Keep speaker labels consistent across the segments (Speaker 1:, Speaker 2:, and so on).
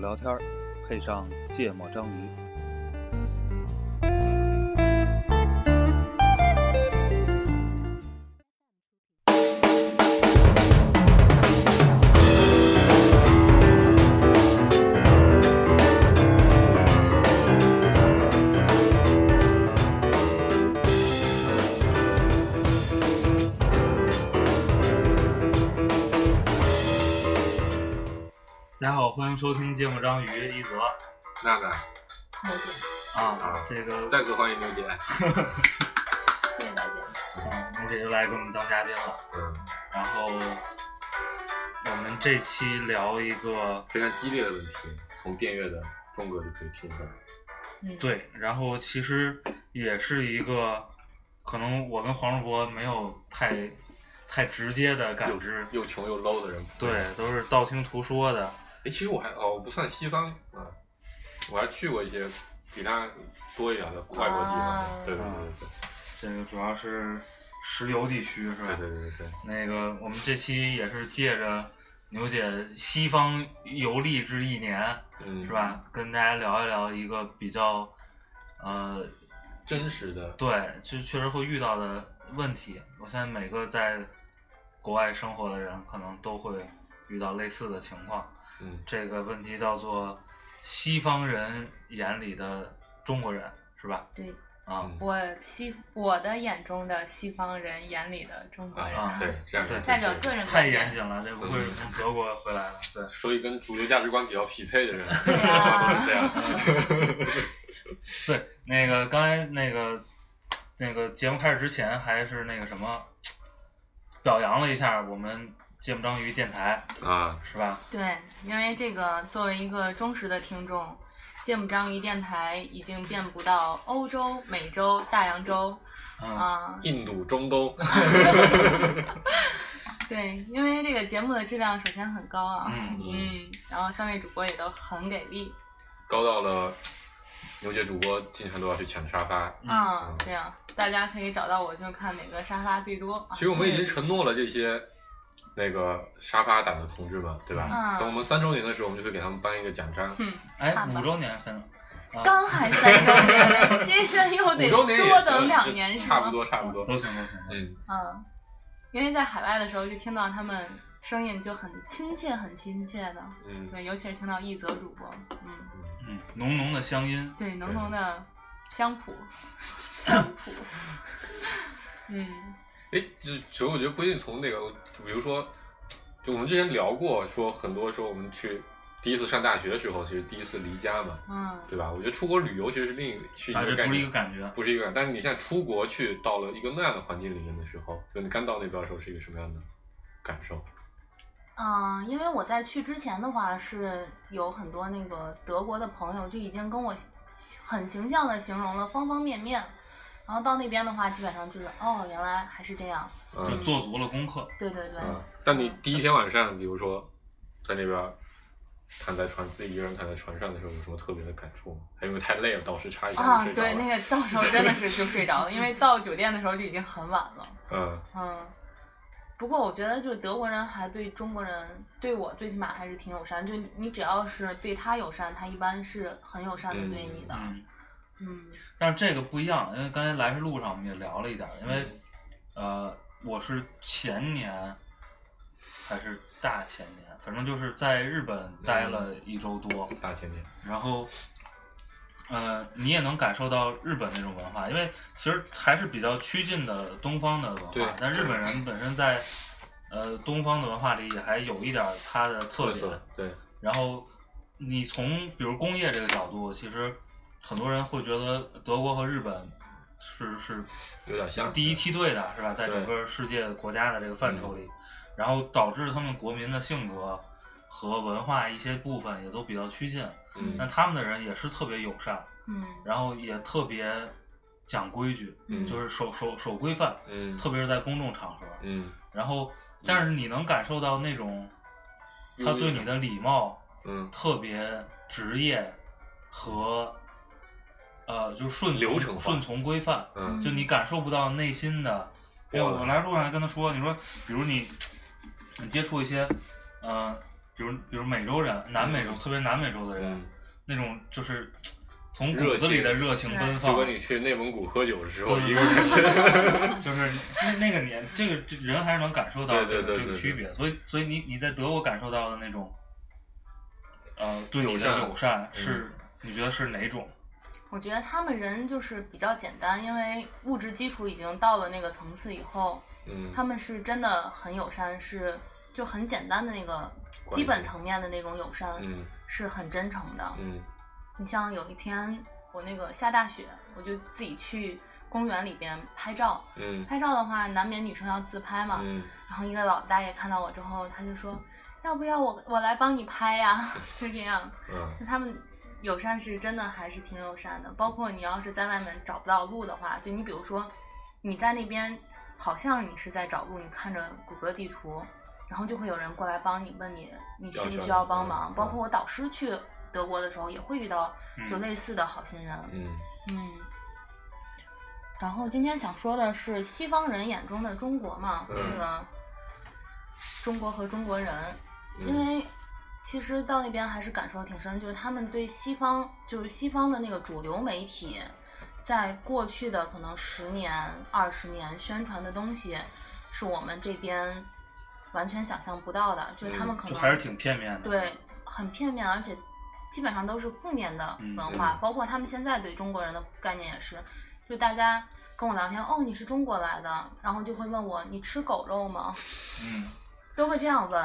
Speaker 1: 聊天，配上芥末章鱼。
Speaker 2: 大家好，欢迎收听《芥末章鱼》一泽
Speaker 3: 娜娜，
Speaker 4: 牛姐，
Speaker 2: 啊，这个
Speaker 3: 再次欢迎牛姐。
Speaker 4: 谢谢大家。
Speaker 2: 啊，梅姐又来给我们当嘉宾了。
Speaker 3: 嗯，
Speaker 2: 然后我们这期聊一个
Speaker 3: 非常激烈的问题，从电乐的风格就可以听出来。
Speaker 4: 嗯，，
Speaker 2: 对，然后其实也是一个可能我跟黄世博没有太太直接的感知，
Speaker 3: 又穷又 low 的人。
Speaker 2: 对，都是道听途说的。
Speaker 3: 哎，其实我还哦，我不算西方啊，我还去过一些比他多一点的外国地
Speaker 4: 啊
Speaker 3: 方。对对
Speaker 2: 这个主要是石油地区是吧？
Speaker 3: 对对对对对对
Speaker 2: 那个，我们这期也是借着牛姐西方游历之一年，
Speaker 3: 对，嗯，
Speaker 2: 是？吧？跟大家聊一聊一个比较，呃，
Speaker 3: 真实的，
Speaker 2: 对，就确实会遇到的问题。我现在每个在国外生活的人，可能都会遇到类似的情况。
Speaker 3: 嗯，
Speaker 2: 这个问题叫做西方人眼里的中国人，是吧？
Speaker 4: 对
Speaker 2: 啊、
Speaker 3: 嗯
Speaker 4: 我西我的眼中的西方人眼里的中国人，
Speaker 2: 啊
Speaker 3: 对，这样
Speaker 2: 对
Speaker 3: 是
Speaker 4: 代表
Speaker 3: 真实的。
Speaker 4: 个人
Speaker 2: 太
Speaker 4: 观
Speaker 2: 严
Speaker 4: 点。
Speaker 2: 谨了，这不愧是从德国回来的。对，
Speaker 3: 所以跟主流价值观比较匹配的 人，
Speaker 4: 对啊
Speaker 3: 这样。
Speaker 2: 对，那个刚才那个那个节目开始之前，还是那个什么，表扬了一下我们芥末章鱼电台，
Speaker 3: 啊，
Speaker 2: 是吧？
Speaker 4: 对，因为这个作为一个忠实的听众，芥末章鱼电台已经遍布到欧洲、美洲、大洋洲
Speaker 2: 嗯，
Speaker 4: 啊、
Speaker 3: 印度、中东，
Speaker 4: 对，因为这个节目的质量首先很高啊，
Speaker 2: 嗯
Speaker 3: 嗯
Speaker 4: 嗯，然后三位主播也都很给力
Speaker 3: 高到了 牛姐主播经常都要去抢沙发。
Speaker 2: 嗯
Speaker 4: 啊，对啊，大家可以找到我，就看哪个沙发最多。啊
Speaker 3: 其实我们已经
Speaker 4: 这个
Speaker 3: 承诺了这些那个沙发党的同志们，对吧？
Speaker 4: 嗯
Speaker 3: 等我们三周年的时候，我们就会给他们颁一个奖章。
Speaker 4: 嗯，
Speaker 2: 哎，
Speaker 4: 看吧
Speaker 2: 五周年三周，啊
Speaker 4: 刚还三周年，这事又
Speaker 3: 五
Speaker 4: 得
Speaker 3: 周年也
Speaker 4: 多
Speaker 3: 行
Speaker 4: 等两
Speaker 3: 就
Speaker 4: 年是
Speaker 3: 差不
Speaker 4: 吗？
Speaker 3: 多，差不多。
Speaker 2: 都行都行。
Speaker 3: 嗯，
Speaker 4: 嗯，因为在海外的时候就听到他们声音就很亲切，很亲切的。
Speaker 3: 嗯，
Speaker 4: 对，尤其是听到一泽主播，嗯，
Speaker 2: 嗯，浓浓的乡音，
Speaker 4: 对，浓浓的乡 谱，乡谱，嗯，
Speaker 3: 哎，就其实我觉得不一定从那个，就比如说，就我们之前聊过，说很多时候我们去第一次上大学的时候，其实第一次离家嘛，
Speaker 4: 嗯，
Speaker 3: 对吧？我觉得出国旅游其实是另一是一
Speaker 2: 啊，
Speaker 3: 个
Speaker 2: 这
Speaker 3: 概
Speaker 2: 不是一
Speaker 3: 念
Speaker 2: 个。感觉。
Speaker 3: 不是一个感，但是你现在出国去到了一个那样的环境里面的时候，就你刚到那边的时候是一个什么样的感受？
Speaker 4: 嗯，因为我在去之前的话，是有很多那个德国的朋友就已经跟我形很形象的形容了方方面面，然后到那边的话，基本上就是哦，原来还是这样，
Speaker 2: 就
Speaker 3: 嗯
Speaker 2: 做足了功课，
Speaker 4: 对对对，
Speaker 3: 嗯，但你第一天晚上，比如说在那边躺在船自己一个人躺在船上的时候，有什么特别的感触吗？还因为太累了，倒时差一下
Speaker 4: 啊
Speaker 3: 就睡，着了。
Speaker 4: 对，那个到时候真的是就睡着了，因为到酒店的时候就已经很晚了，
Speaker 3: 嗯
Speaker 4: 嗯。不过我觉得，就是德国人还对中国人，对我最起码还是挺友善。就你只要是对他友善，他一般是很友善的对你的。
Speaker 2: 嗯，
Speaker 4: 嗯
Speaker 2: 但是这个不一样，因为刚才来时路上我们也聊了一点儿，因为，呃，我是前年还是大前年，反正就是在日本待了一周多，
Speaker 3: 大前天，
Speaker 2: 然后，呃，你也能感受到日本那种文化，因为其实还是比较趋近的东方的文
Speaker 3: 对
Speaker 2: 化，但日本人本身在呃东方的文化里也还有一点儿它的特
Speaker 3: 特
Speaker 2: 点。
Speaker 3: 色对，
Speaker 2: 然后你从比如工业这个角度，其实很多人会觉得德国和日本是是
Speaker 3: 有点像
Speaker 2: 第一梯队的，是吧？在
Speaker 3: 对
Speaker 2: 整
Speaker 3: 嗯
Speaker 2: 个世界国家的这个范畴里，然后导致他们国民的性格和文化一些部分也都比较趋近。
Speaker 3: 嗯
Speaker 2: 那他们的人也是特别友善，
Speaker 4: 嗯
Speaker 2: 然后也特别讲规矩，
Speaker 4: 嗯，
Speaker 2: 就是守守守规范，
Speaker 3: 嗯
Speaker 2: 特别是在公众场合。
Speaker 3: 嗯
Speaker 2: 然后，但是你能感受到那种
Speaker 3: 优
Speaker 2: 他
Speaker 3: 越
Speaker 2: 对你的礼貌。
Speaker 3: 嗯
Speaker 2: 特别职业和呃，就是顺从
Speaker 3: 流程化
Speaker 2: 顺从规范，
Speaker 3: 嗯
Speaker 2: 就你感受不到内心的。因为我来路上还跟他说，你说，比如你你接触一些，嗯、比如比如美洲人、南美洲，
Speaker 3: 嗯
Speaker 2: 特别南美洲的人，
Speaker 3: 嗯，
Speaker 2: 那种就是从
Speaker 3: 热
Speaker 2: 骨子里的
Speaker 3: 情
Speaker 2: 热情
Speaker 4: 对
Speaker 2: 奔
Speaker 3: 就
Speaker 2: 放，
Speaker 3: 跟你去内蒙古喝酒的时候
Speaker 2: 对
Speaker 3: 一个感 觉。
Speaker 2: 就是那那个年，这个这人还是能感受到
Speaker 3: 对
Speaker 2: 这
Speaker 3: 对
Speaker 2: 个
Speaker 3: 对
Speaker 2: 这个
Speaker 3: 对
Speaker 2: 区别，所以所以你你在德国感受到的那种，呃，对你
Speaker 3: 友
Speaker 2: 的
Speaker 3: 善
Speaker 2: 友善
Speaker 3: 嗯
Speaker 2: 是、你觉得是哪种？
Speaker 4: 我觉得他们人就是比较简单，因为物质基础已经到了那个层次以后，
Speaker 3: 嗯，
Speaker 4: 他们是真的很友善，是就很简单的那个
Speaker 3: 关
Speaker 4: 基本
Speaker 3: 系
Speaker 4: 层面的那种友善，
Speaker 3: 嗯
Speaker 4: 是很真诚的。
Speaker 3: 嗯
Speaker 4: 你像有一天我那个下大雪，我就自己去公园里边拍照，
Speaker 3: 嗯
Speaker 4: 拍照的话难免女生要自拍嘛，
Speaker 3: 嗯，
Speaker 4: 然后一个老大爷看到我之后，他就说：“要不要我我来帮你拍呀？” 就这样，
Speaker 3: 嗯
Speaker 4: 他们友善是真的还是挺友善的。包括你要是在外面找不到路的话，就你比如说你在那边好像你是在找路，你看着谷歌地图，然后就会有人过来帮你，问你你需
Speaker 3: 要
Speaker 4: 不
Speaker 3: 需
Speaker 4: 需
Speaker 3: 要
Speaker 4: 要
Speaker 3: 你嗯
Speaker 4: 帮忙。
Speaker 3: 嗯
Speaker 4: 包括我导师去德国的时候也会遇到就
Speaker 2: 嗯
Speaker 4: 类似的好心人，
Speaker 3: 嗯
Speaker 4: 嗯。然后今天想说的是西方人眼中的中国嘛，
Speaker 3: 嗯
Speaker 4: 这个中国和中国人，
Speaker 3: 嗯，
Speaker 4: 因为其实到那边还是感受挺深，就是他们对西方，就是西方的那个主流媒体，在过去的可能十年、二十年宣传的东西，是我们这边完全想象不到的，就是他们
Speaker 3: 嗯
Speaker 4: 可
Speaker 2: 就
Speaker 4: 能
Speaker 2: 还是挺片面的。
Speaker 4: 对，很片面，而且基本上都是负面的
Speaker 2: 嗯
Speaker 4: 文化，
Speaker 3: 嗯
Speaker 4: 包括他们现在对中国人的概念也是，就大家跟我聊天，哦，你是中国来的，然后就会问我你吃狗肉吗？
Speaker 2: 嗯，
Speaker 4: 都会这样问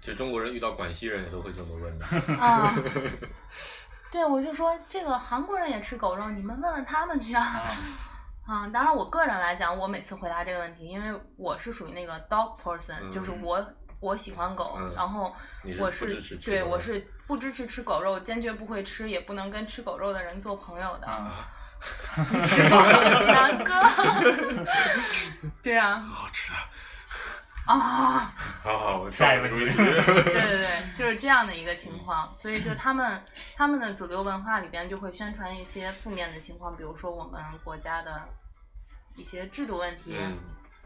Speaker 3: 其实中国人遇到广西人也都会这 么问的。
Speaker 4: 啊。对，我就说这个韩国人也吃狗肉，你们问问他们去啊
Speaker 2: 啊。，
Speaker 4: 啊、当然我个人来讲，我每次回答这个问题，因为我是属于那个 dog person，、
Speaker 3: 嗯
Speaker 4: 就是我我喜欢狗，
Speaker 3: 嗯
Speaker 4: 然后
Speaker 3: 你是
Speaker 4: 我
Speaker 3: 不支持吃
Speaker 4: 对
Speaker 3: 狗
Speaker 4: 我
Speaker 3: 肉
Speaker 4: 是不支持吃狗肉，坚决不会吃，也不能跟吃狗肉的人做朋友的。
Speaker 2: 啊，
Speaker 4: 吃狗肉，南哥， 对啊，
Speaker 3: 好吃的，
Speaker 4: 啊，
Speaker 3: 好好，我
Speaker 2: 下一个问题
Speaker 4: 对对对，就是这样的一个情况，所以就他们他们的主流文化里边就会宣传一些负面的情况，比如说我们国家的一些制度问题。
Speaker 3: 嗯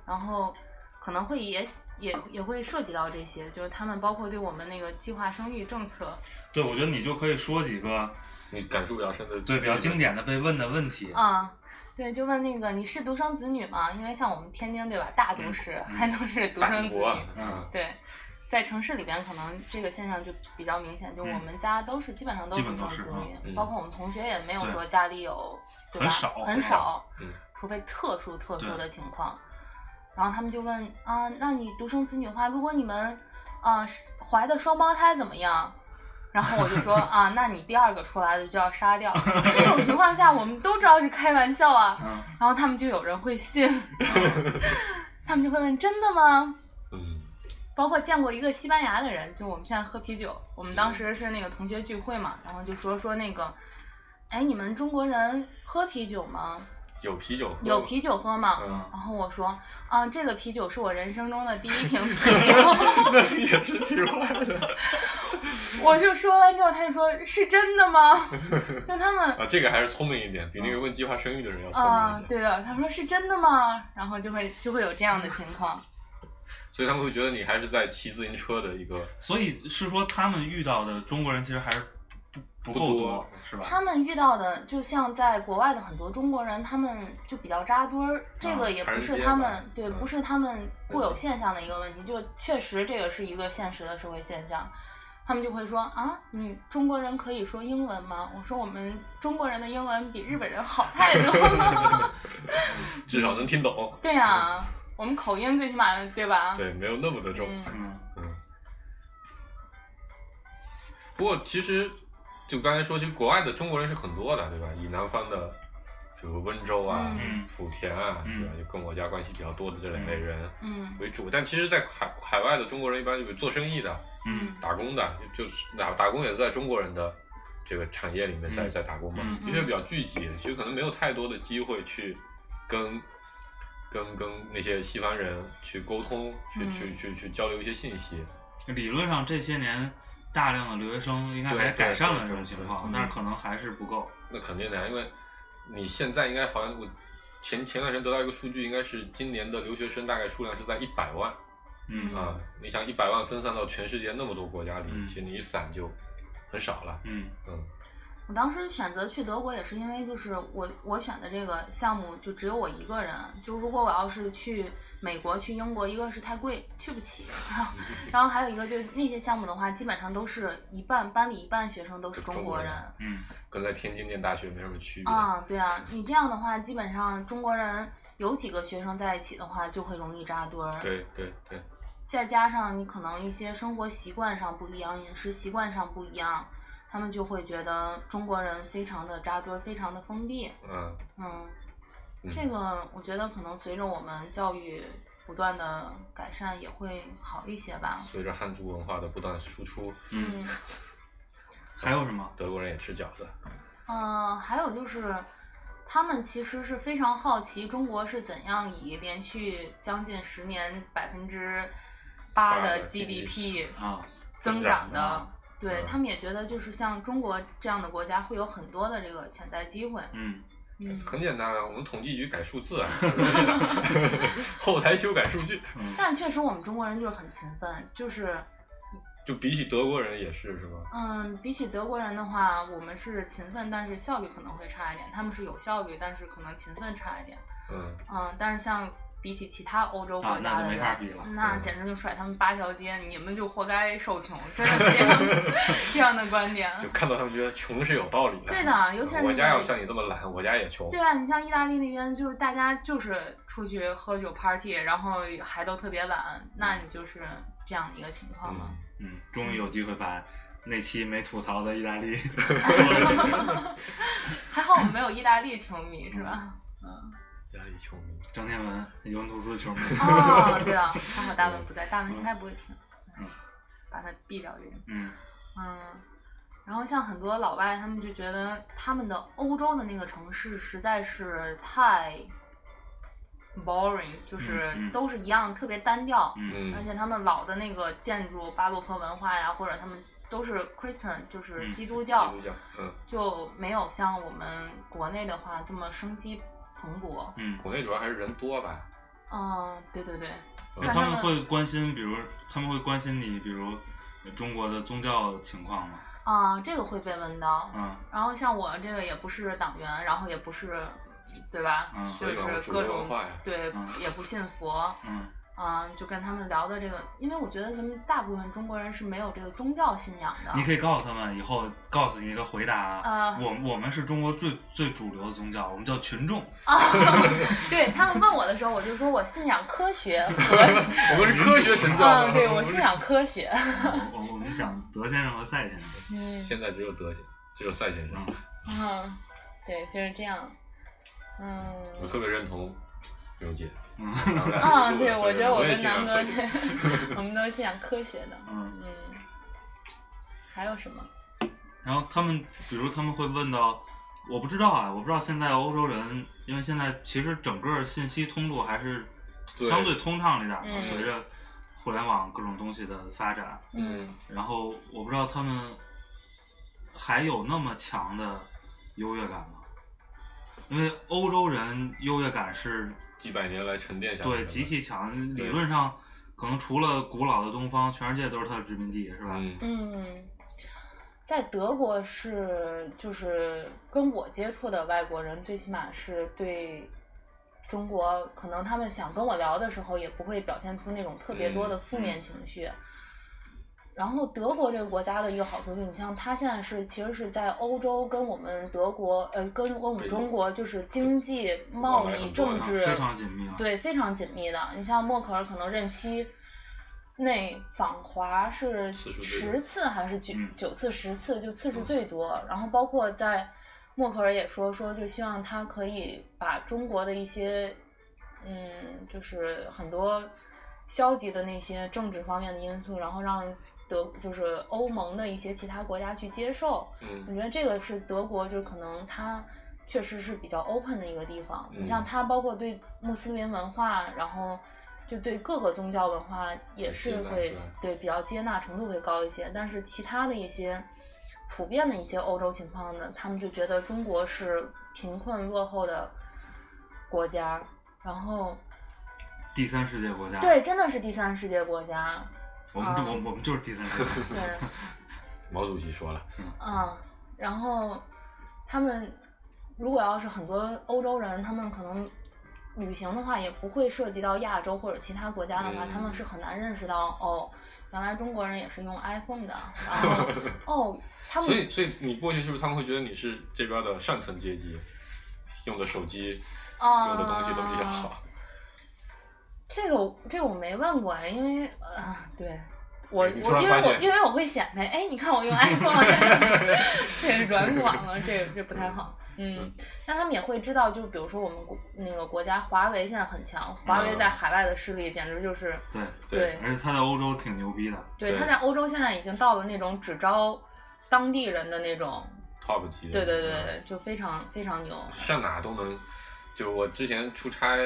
Speaker 4: 然后可能会也也也会涉及到这些，就是他们包括对我们那个计划生育政策
Speaker 2: 对，我觉得你就可以说几个
Speaker 3: 你感触比较深的，
Speaker 2: 对比较经。典的被问的问题。
Speaker 4: 啊。对，就问那个你是独生子女吗？因为像我们天津对吧，大都市、
Speaker 2: 嗯
Speaker 4: 还都是独
Speaker 3: 大
Speaker 4: 生
Speaker 3: 中
Speaker 4: 子
Speaker 3: 国
Speaker 4: 女
Speaker 3: 啊，，
Speaker 2: 嗯
Speaker 4: 对，在城市里边可能这个现象就比较明显，就
Speaker 2: 嗯
Speaker 4: 我们家都是基本上都
Speaker 2: 基
Speaker 4: 是
Speaker 2: 本
Speaker 4: 独生
Speaker 2: 都是
Speaker 4: 子
Speaker 2: 啊
Speaker 4: 女，
Speaker 3: 嗯
Speaker 4: 包括我们同学也没有
Speaker 2: 对
Speaker 4: 说家里有，对吧？
Speaker 2: 很少
Speaker 4: 很少，
Speaker 3: 嗯
Speaker 4: 除非特殊特殊
Speaker 2: 对
Speaker 4: 的情况。然后他们就问啊，那你独生子女的话，如果你们啊是怀的双胞胎怎么样？然后我就说啊，那你第二个出来的就要杀掉。这种情况下，我们都知道是开玩笑啊。
Speaker 2: 嗯，
Speaker 4: 然后他们就有人会信， 他们就会问真的吗？
Speaker 3: 嗯
Speaker 4: 包括见过一个西班牙的人，就我们现在喝啤酒，我们当时是那个同学聚会嘛，然后就说说那个，哎，你们中国人喝啤酒吗？
Speaker 3: 有啤酒喝吗，
Speaker 4: 有啤酒喝吗？
Speaker 3: 嗯，
Speaker 4: 然后我说，啊，这个啤酒是我人生中的第一瓶啤酒。
Speaker 3: 那你也是奇怪的
Speaker 4: 我就说完之后，他就说是真的吗？ 就他们
Speaker 3: 啊！这个还是聪明一点，比那个问计划生育的人要 聪
Speaker 4: 嗯啊、
Speaker 3: 明一点。
Speaker 4: 对的，他说是真的吗？然后就会就会有这样的情况。
Speaker 3: 所以他们会觉得你还是在骑自行车的一 个，
Speaker 2: 所以是说他们遇到的中国人其实还是不
Speaker 3: 不
Speaker 2: 够
Speaker 3: 多
Speaker 2: 多，是吧？
Speaker 4: 他们遇到的，就像在国外的很多中国人，他们就比较扎堆儿，这
Speaker 3: 啊
Speaker 4: 个也不是他们、
Speaker 3: 还是这
Speaker 4: 对，
Speaker 3: 样嗯
Speaker 4: 不是他们固有现象的一个问题，就确实这个是一个现实的社会现象。他们就会说啊，你中国人可以说英文吗？我说我们中国人的英文比日本人好太多了。
Speaker 3: 至少能听懂。
Speaker 4: 对呀、我们口音最起码对吧？
Speaker 3: 对，没有那么的重。
Speaker 4: 啊嗯
Speaker 2: 嗯
Speaker 3: 不过其实就刚才说，其实国外的中国人是很多的，对吧？以南方的，比如温州啊、
Speaker 2: 嗯
Speaker 3: 莆田啊，
Speaker 2: 嗯
Speaker 3: 对吧？就跟我家关系比较多的这两类人
Speaker 4: 嗯
Speaker 3: 为主。但其实，在海海外的中国人，一般就是做生意的、
Speaker 2: 嗯，
Speaker 3: 打工的，就是打打工也是在中国人的这个产业里面在、
Speaker 2: 嗯
Speaker 3: 在打工嘛，
Speaker 2: 嗯
Speaker 3: 的确比较聚集，其实可能没有太多的机会去跟。跟跟那些西方人去沟通，去、
Speaker 4: 嗯
Speaker 3: 去去去交流一些信息，
Speaker 2: 嗯理论上这些年大量的留学生应该还
Speaker 3: 对对
Speaker 2: 改善了
Speaker 3: 对
Speaker 2: 这种
Speaker 3: 对
Speaker 2: 情
Speaker 3: 对
Speaker 2: 况
Speaker 4: 嗯，
Speaker 2: 但是可能还是不够。
Speaker 3: 那肯定的呀，因为你现在应该好像我前前段时间得到一个数据，应该是今年的留学生大概数量是在一百万，
Speaker 2: 嗯
Speaker 4: 嗯
Speaker 3: 啊，你想一百万分散到全世界那么多国家里，
Speaker 2: 嗯
Speaker 3: 其实你一散就很少了。
Speaker 2: 嗯
Speaker 3: 嗯
Speaker 4: 我当时选择去德国也是因为，就是我我选的这个项目就只有我一个人，就如果我要是去美国、去英国，一个是太贵，去不起， 然后然后还有一个就是那些项目的话，基本上都是一半班里一半学生都是中
Speaker 3: 中
Speaker 4: 国
Speaker 3: 国人嗯
Speaker 4: 人。
Speaker 2: 嗯
Speaker 3: 跟在天津念大学没什么区别。
Speaker 4: 啊，对啊，你这样的话，基本上中国人有几个学生在一起的话，就会容易扎堆儿。
Speaker 3: 对对对，
Speaker 4: 再加上你可能一些生活习惯上不一样，饮食习惯上不一样，他们就会觉得中国人非常的扎堆儿，非常的封闭。
Speaker 3: 嗯，
Speaker 4: 嗯，
Speaker 3: 嗯
Speaker 4: 这个我觉得可能随着我们教育不断的改善，也会好一些吧。
Speaker 3: 随着汉族文化的不断输出，
Speaker 2: 嗯，，还有什么？
Speaker 3: 德国人也吃饺子。
Speaker 4: 嗯、还有就是，他们其实是非常好奇中国是怎样以连续将近十年百分之八
Speaker 3: 八的
Speaker 4: 的 GDP
Speaker 2: 啊
Speaker 4: 增
Speaker 3: 增长
Speaker 4: 长
Speaker 3: 的
Speaker 4: 的
Speaker 3: 啊。
Speaker 4: 对
Speaker 3: 嗯
Speaker 4: 他们也觉得，就是像中国这样的国家会有很多的这个潜在机会。
Speaker 2: 嗯
Speaker 4: 嗯，
Speaker 3: 很简单啊，我们统计局改数字 啊， 后台修改数据，
Speaker 2: 嗯
Speaker 4: 但确实我们中国人就是很勤奋，就是
Speaker 3: 就比起德国人也是是吧？
Speaker 4: 嗯，比起德国人的话，我们是勤奋，但是效率可能会差一点；他们是有效率，但是可能勤奋差一点。
Speaker 3: 嗯，
Speaker 4: 嗯，但是像比起其他欧洲
Speaker 2: 啊
Speaker 4: 国家
Speaker 2: 那就
Speaker 4: 的
Speaker 2: 没
Speaker 4: 人，
Speaker 2: 法比了
Speaker 4: 那
Speaker 3: 嗯
Speaker 4: 简直就甩他们八条街，你们就活该受穷，真的是 这样这样的观点。
Speaker 3: 就看到他们觉得穷是有道理的。
Speaker 4: 啊
Speaker 3: 嗯
Speaker 4: 对的尤其是
Speaker 3: 我家
Speaker 4: 那个
Speaker 3: 要像你这么懒，我家也穷。
Speaker 4: 对啊，你像意大利那边，就是大家就是出去喝酒 party，然后还都特别懒，那你就是这样的一个情况嘛。
Speaker 3: 嗯，
Speaker 2: 嗯，终于有机会把那期没吐槽的意大利说了，
Speaker 4: 还好我们没有意大利球迷，是吧？嗯。
Speaker 3: 家里穷迷。
Speaker 2: 张天文尤文图斯球迷。
Speaker 4: 哦，对啊，还好大文不在，大文应该不会听，
Speaker 2: 嗯
Speaker 4: 把他毙掉这个。
Speaker 2: 嗯
Speaker 4: 嗯，然后像很多老外，他们就觉得他们的欧洲的那个城市实在是太 boring，就是
Speaker 2: 嗯嗯
Speaker 4: 都是一样，特别单调。
Speaker 2: 嗯
Speaker 4: 而
Speaker 3: 嗯
Speaker 4: 且他们老的那个建筑，巴洛克文化呀，或者他们都是 Christian，就是
Speaker 2: 嗯
Speaker 4: 基督教，
Speaker 3: 基督教嗯
Speaker 4: 就没有像我们国内的话这么生机蓬勃。
Speaker 2: 嗯，
Speaker 3: 国内主要还是人多吧。
Speaker 4: 嗯，对对对，
Speaker 3: 嗯
Speaker 4: 像
Speaker 2: 呃他
Speaker 4: 们
Speaker 2: 们会关心，比如他们会关心你，比如中国的宗教情况吗？
Speaker 4: 啊、这个会被问到。
Speaker 2: 啊
Speaker 4: 然后像我这个也不是党员，然后也不是，对吧？
Speaker 2: 嗯
Speaker 4: 就
Speaker 3: 所以嘛我
Speaker 4: 是
Speaker 3: 主
Speaker 4: 各
Speaker 3: 流
Speaker 4: 种
Speaker 3: 文化呀
Speaker 4: 对，
Speaker 2: 嗯
Speaker 4: 也不信佛。
Speaker 2: 嗯
Speaker 4: 啊、就跟他们聊的这个，因为我觉得咱们大部分中国人是没有这个宗教信仰的。
Speaker 2: 你可以告诉他们，以后告诉你一个回答啊
Speaker 4: 啊
Speaker 2: 我我们是中国最最主流的宗教，我们叫群众。
Speaker 4: 啊， 对他们问我的时候，我就说我信仰 科学和，
Speaker 3: 我们是科学神教的。
Speaker 4: 嗯，对
Speaker 3: 不
Speaker 4: 我
Speaker 3: 是
Speaker 4: 信。仰科学。
Speaker 2: 我我我们讲德先生和赛先生。
Speaker 4: 嗯
Speaker 3: 现在只有德行，只有赛先生。
Speaker 4: 嗯，对，就是这样。嗯，
Speaker 3: 我特别认同刘姐。
Speaker 2: 嗯
Speaker 3: 咱们俩
Speaker 4: 啊，
Speaker 3: 是一路
Speaker 4: 对，
Speaker 3: 的
Speaker 4: 我觉得我
Speaker 3: 也
Speaker 4: 跟
Speaker 3: 喜欢
Speaker 4: 南哥
Speaker 3: 科学
Speaker 4: 对， 我们都是信仰科学的。
Speaker 2: 嗯，
Speaker 4: 嗯，还有什么？
Speaker 2: 然后他们，比如他们会问到，我不知道啊，我不知道现在欧洲人，因为现在其实整个信息通路还是
Speaker 3: 对
Speaker 2: 相对通畅了一点儿嘛，
Speaker 4: 嗯
Speaker 2: 随着互联网各种东西的发展，
Speaker 3: 嗯，
Speaker 2: 然后我不知道他们还有那么强的优越感吗？因为欧洲人优越感是
Speaker 3: 几百年来沉淀下来的。
Speaker 2: 对极其强，理
Speaker 3: 对
Speaker 2: 论上可能除了古老的东方，全世界都是他的殖民地，是吧？
Speaker 3: 嗯
Speaker 4: 嗯，在德国是就是跟我接触的外国人，最起码是对中国，可能他们想跟我聊的时候，也不会表现出那种特别多的
Speaker 3: 嗯
Speaker 4: 负
Speaker 2: 嗯
Speaker 4: 面情绪。然后德国这个国家的一个好处就是，你像它现在是其实是在欧洲跟我们德国，呃，跟跟我们
Speaker 3: 对
Speaker 4: 中国就是经济、贸
Speaker 3: 往来
Speaker 4: 易、
Speaker 3: 很多
Speaker 4: 政
Speaker 3: 的
Speaker 4: 治
Speaker 2: 啊非常紧密了。
Speaker 4: 对，非常紧密的。你像默克尔可能任期内访华是
Speaker 3: 次数最
Speaker 4: 十
Speaker 3: 多嗯
Speaker 4: 次还是九
Speaker 2: 嗯
Speaker 4: 九次、十次，就次数最多。然后包括在默克尔也说说，就希望他可以把中国的一些，嗯，就是很多消极的那些政治方面的因素，然后让德就是欧盟的一些其他国家去接受。我
Speaker 3: 嗯
Speaker 4: 觉得这个是德国，就是可能它确实是比较 open 的一个地方。你、
Speaker 3: 嗯
Speaker 4: 像它，包括对穆斯林文化，然后就对各个宗教文化也是
Speaker 3: 明白
Speaker 4: 会
Speaker 3: 明白
Speaker 4: 对比较接纳程度会高一些。但是其他的一些普遍的一些欧洲情况呢，他们就觉得中国是贫困落后的国家，然后
Speaker 2: 第三世界国家，
Speaker 4: 对，真的是第三世界国家，
Speaker 2: 我们
Speaker 4: 啊
Speaker 2: 我们我们就是第三世 界国
Speaker 4: 对
Speaker 2: 家，，
Speaker 3: 毛主席说了，
Speaker 4: 嗯，然后他们如果要是很多欧洲人，他们可能旅行的话，也不会涉及到亚洲或者其他国家的话，
Speaker 3: 嗯
Speaker 4: 他们是很难认识到哦，原来中国人也是用 iPhone 的，然 后哦，他
Speaker 3: 所以
Speaker 4: 们
Speaker 3: 所以你过去是不是他们会觉得你是这边的上层阶级，用的手机，
Speaker 4: 啊，
Speaker 3: 用的东西都比较好。
Speaker 4: 这个我这个我没问过，因为呃，对我
Speaker 3: 你突
Speaker 4: 我
Speaker 3: 然
Speaker 4: 因
Speaker 3: 发
Speaker 4: 为我
Speaker 3: 现
Speaker 4: 因为我会显摆，哎，你看我用 iPhone，这 是软广了，这这不太好。嗯
Speaker 3: 嗯，
Speaker 4: 那他们也会知道，就比如说我们国那个国家华为现在很强，华为
Speaker 3: 嗯
Speaker 4: 在海外的势力简直就是，
Speaker 2: 对，
Speaker 4: 对
Speaker 2: 而且他在欧洲挺牛逼的，
Speaker 4: 对，
Speaker 3: 对
Speaker 4: 他在欧洲现在已经到了那种只招当地人的那种，
Speaker 3: ，top 级。
Speaker 4: 对对对
Speaker 3: 嗯
Speaker 4: 对，就非常非常牛。
Speaker 3: 上哪都能。就我之前出差、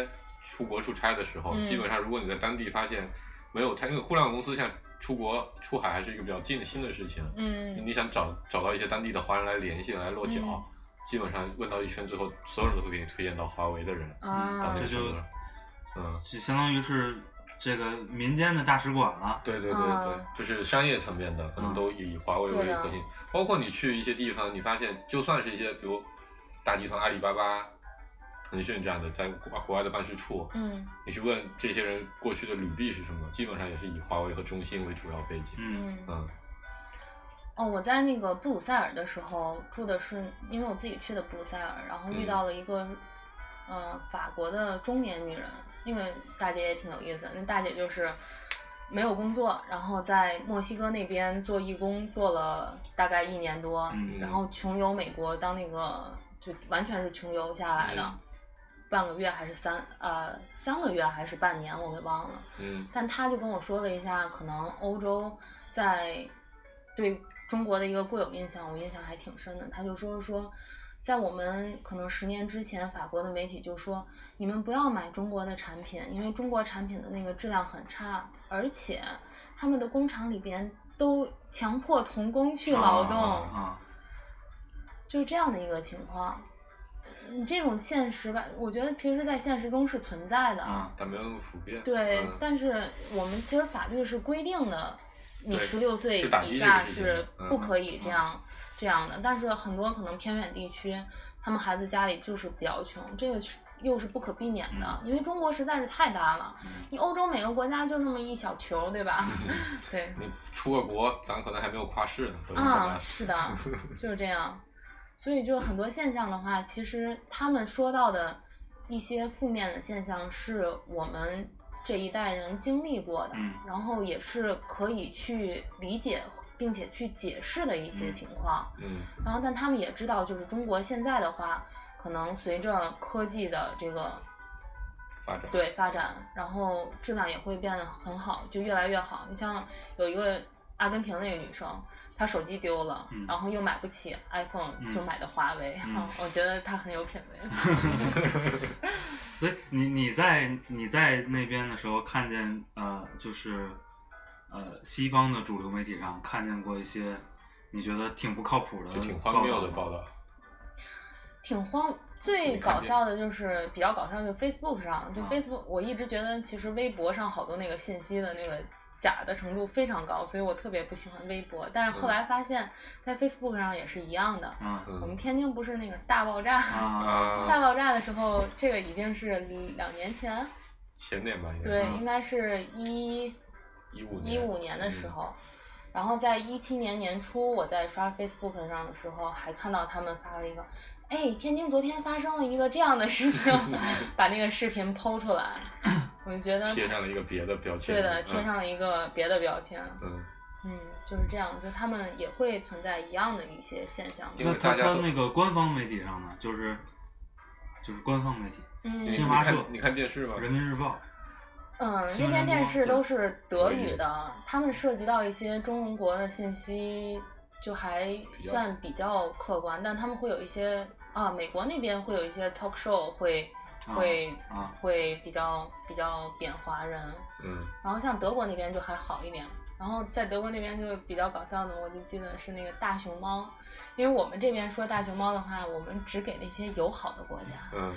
Speaker 3: 出国出差的时候，
Speaker 4: 嗯
Speaker 3: 基本上如果你在当地发现没有它，因为互联网公司现在出国出海还是一个比较近新的事情，
Speaker 4: 嗯，
Speaker 3: 你想找找到一些当地的华人来联系来落脚，
Speaker 4: 嗯
Speaker 3: 基本上问到一圈，最后所有人都会给你推荐到华为的人。
Speaker 4: 啊
Speaker 3: 到，
Speaker 2: 这就
Speaker 3: 程度上嗯，
Speaker 2: 就相当于是这个民间的大使馆了，
Speaker 3: 对对对对，
Speaker 4: 啊
Speaker 3: 就是商业层面的，可能
Speaker 2: 嗯
Speaker 3: 都以华为
Speaker 4: 对
Speaker 3: 为
Speaker 4: 的
Speaker 3: 核心。包括你去一些地方，你发现就算是一些比如大集团阿里巴巴、腾讯这样的在国国外的办事处，
Speaker 4: 嗯
Speaker 3: 你去问这些人过去的履历是什么，基本上也是以华为和中兴为主要背景。
Speaker 2: 嗯，
Speaker 4: 嗯。
Speaker 3: 嗯，
Speaker 4: 哦，我在那个布鲁塞尔的时候住的是，因为我自己去的布鲁塞尔，然后遇
Speaker 3: 嗯
Speaker 4: 到了一个，呃，法国的中年女人，那个大姐也挺有意思的。那大姐就是没有工作，然后在墨西哥那边做义工，做了大概一年多，
Speaker 2: 嗯
Speaker 4: 然后穷游美国，当那个就完全是穷游下来的，
Speaker 3: 嗯
Speaker 4: 半个月还是三呃三个月还是半年，我给忘了。
Speaker 3: 嗯
Speaker 4: 但他就跟我说了一下，可能欧洲在对中国的一个固有印象，我印象还挺深的。他就说说，在我们可能十年之前，法国的媒体就说，你们不要买中国的产品，因为中国产品的那个质量很差，而且他们的工厂里边都强迫童工去劳动，
Speaker 2: 啊，
Speaker 4: 就是这样的一个情况。嗯这种现实吧，我觉得其实，在现实中是存在的。
Speaker 2: 啊，
Speaker 3: 但没有那么普遍。
Speaker 4: 对，
Speaker 3: 嗯
Speaker 4: 但是我们其实法律是规定的，你
Speaker 3: 对
Speaker 4: 十六岁
Speaker 3: 就打
Speaker 4: 以
Speaker 3: 击这
Speaker 4: 下
Speaker 3: 个事情
Speaker 4: 是
Speaker 3: 嗯
Speaker 4: 不可以这样、这样的。但是很多可能偏远地区，他们孩子家里就是比较穷，这个是又是不可避免的，
Speaker 3: 嗯
Speaker 4: 因为中国实在是太大了，
Speaker 2: 嗯
Speaker 4: 你欧洲每个国家就那么一小球，对吧？
Speaker 3: 嗯
Speaker 4: 对，
Speaker 3: 你出个国，咱可能还没有跨市呢，都是
Speaker 4: 啊，是的，就是这样。所以就很多现象的话，其实他们说到的一些负面的现象，是我们这一代人经历过的，
Speaker 2: 嗯
Speaker 4: 然后也是可以去理解并且去解释的一些
Speaker 2: 嗯
Speaker 4: 情况。
Speaker 3: 嗯，
Speaker 4: 然后，但他们也知道，就是中国现在的话，可能随着科技的这个
Speaker 3: 发展。
Speaker 4: 对发展，然后质量也会变得很好，就越来越好。你像有一个阿根廷那个女生，她手机丢了，
Speaker 2: 嗯
Speaker 4: 然后又买不起 iPhone，、
Speaker 2: 嗯
Speaker 4: 就买的华为、
Speaker 2: 嗯
Speaker 4: 啊 我觉得她很有品位。
Speaker 2: 所以你你在你在那边的时候看见呃，就是呃西方的主流媒体上看见过一些你觉得挺不靠谱的，
Speaker 3: 就挺荒谬的报
Speaker 2: 嗯道吗。
Speaker 3: 道，
Speaker 4: 挺荒。最
Speaker 3: 你看
Speaker 4: 搞
Speaker 3: 见
Speaker 4: 笑的就是比较搞笑，就是 Facebook 上，就
Speaker 2: 啊
Speaker 4: Facebook，、我一直觉得其实微博上好多那个信息的那个假的程度非常高，所以我特别不喜欢微博。但是后来发现，在 Facebook 上也是一样的。
Speaker 2: 嗯
Speaker 4: 我
Speaker 3: 嗯
Speaker 4: 们天津不是那个大爆炸，
Speaker 2: 啊，
Speaker 4: 大
Speaker 3: 啊，
Speaker 4: 爆炸的时候，这个已经是两年前，
Speaker 3: 前年吧，应该
Speaker 4: 对，
Speaker 2: 嗯
Speaker 4: 应该是一
Speaker 3: 啊一五嗯
Speaker 4: 一五年的时，候。然后在一七年年初，我在刷 Facebook 上的时候，还看到他们发了一个，哎，天津昨天发生了一个这样的 事情，把那个视频剖出来，我就觉得
Speaker 3: 嗯贴上了一个别的标签，
Speaker 4: 对的，
Speaker 3: 嗯
Speaker 4: 贴上了一个别的标签，
Speaker 3: 嗯，
Speaker 4: 嗯，就是这样，就他们也会存在一样的一些现象吧，
Speaker 3: 因为
Speaker 2: 那他
Speaker 3: 大家
Speaker 2: 他
Speaker 3: 都
Speaker 2: 那个官方媒体上呢，就是就是官方媒体，
Speaker 4: 嗯，
Speaker 3: 你
Speaker 2: 新
Speaker 3: 你
Speaker 2: 华
Speaker 3: 看
Speaker 2: 社
Speaker 3: 你看电视吗？
Speaker 2: 《人民日报
Speaker 4: 嗯，那
Speaker 2: 新闻
Speaker 4: 边
Speaker 2: 联
Speaker 4: 电
Speaker 2: 播
Speaker 4: 视都
Speaker 2: 对
Speaker 4: 是德
Speaker 3: 德
Speaker 4: 语
Speaker 3: 语
Speaker 4: 的，他们涉及到一些中国的信息，就还
Speaker 3: 较
Speaker 4: 算比较客观，但他们会有一些啊，美国那边会有一些 talk show 会、
Speaker 2: 啊
Speaker 4: 会、
Speaker 2: 啊
Speaker 4: 会比较比较贬华人，
Speaker 3: 嗯，
Speaker 4: 然后像德国那边就还好一点。然后在德国那边就比较搞笑的，我就记得是那个大熊猫，因为我们这边说大熊猫的话，我们只给那些友好的国家，
Speaker 3: 嗯，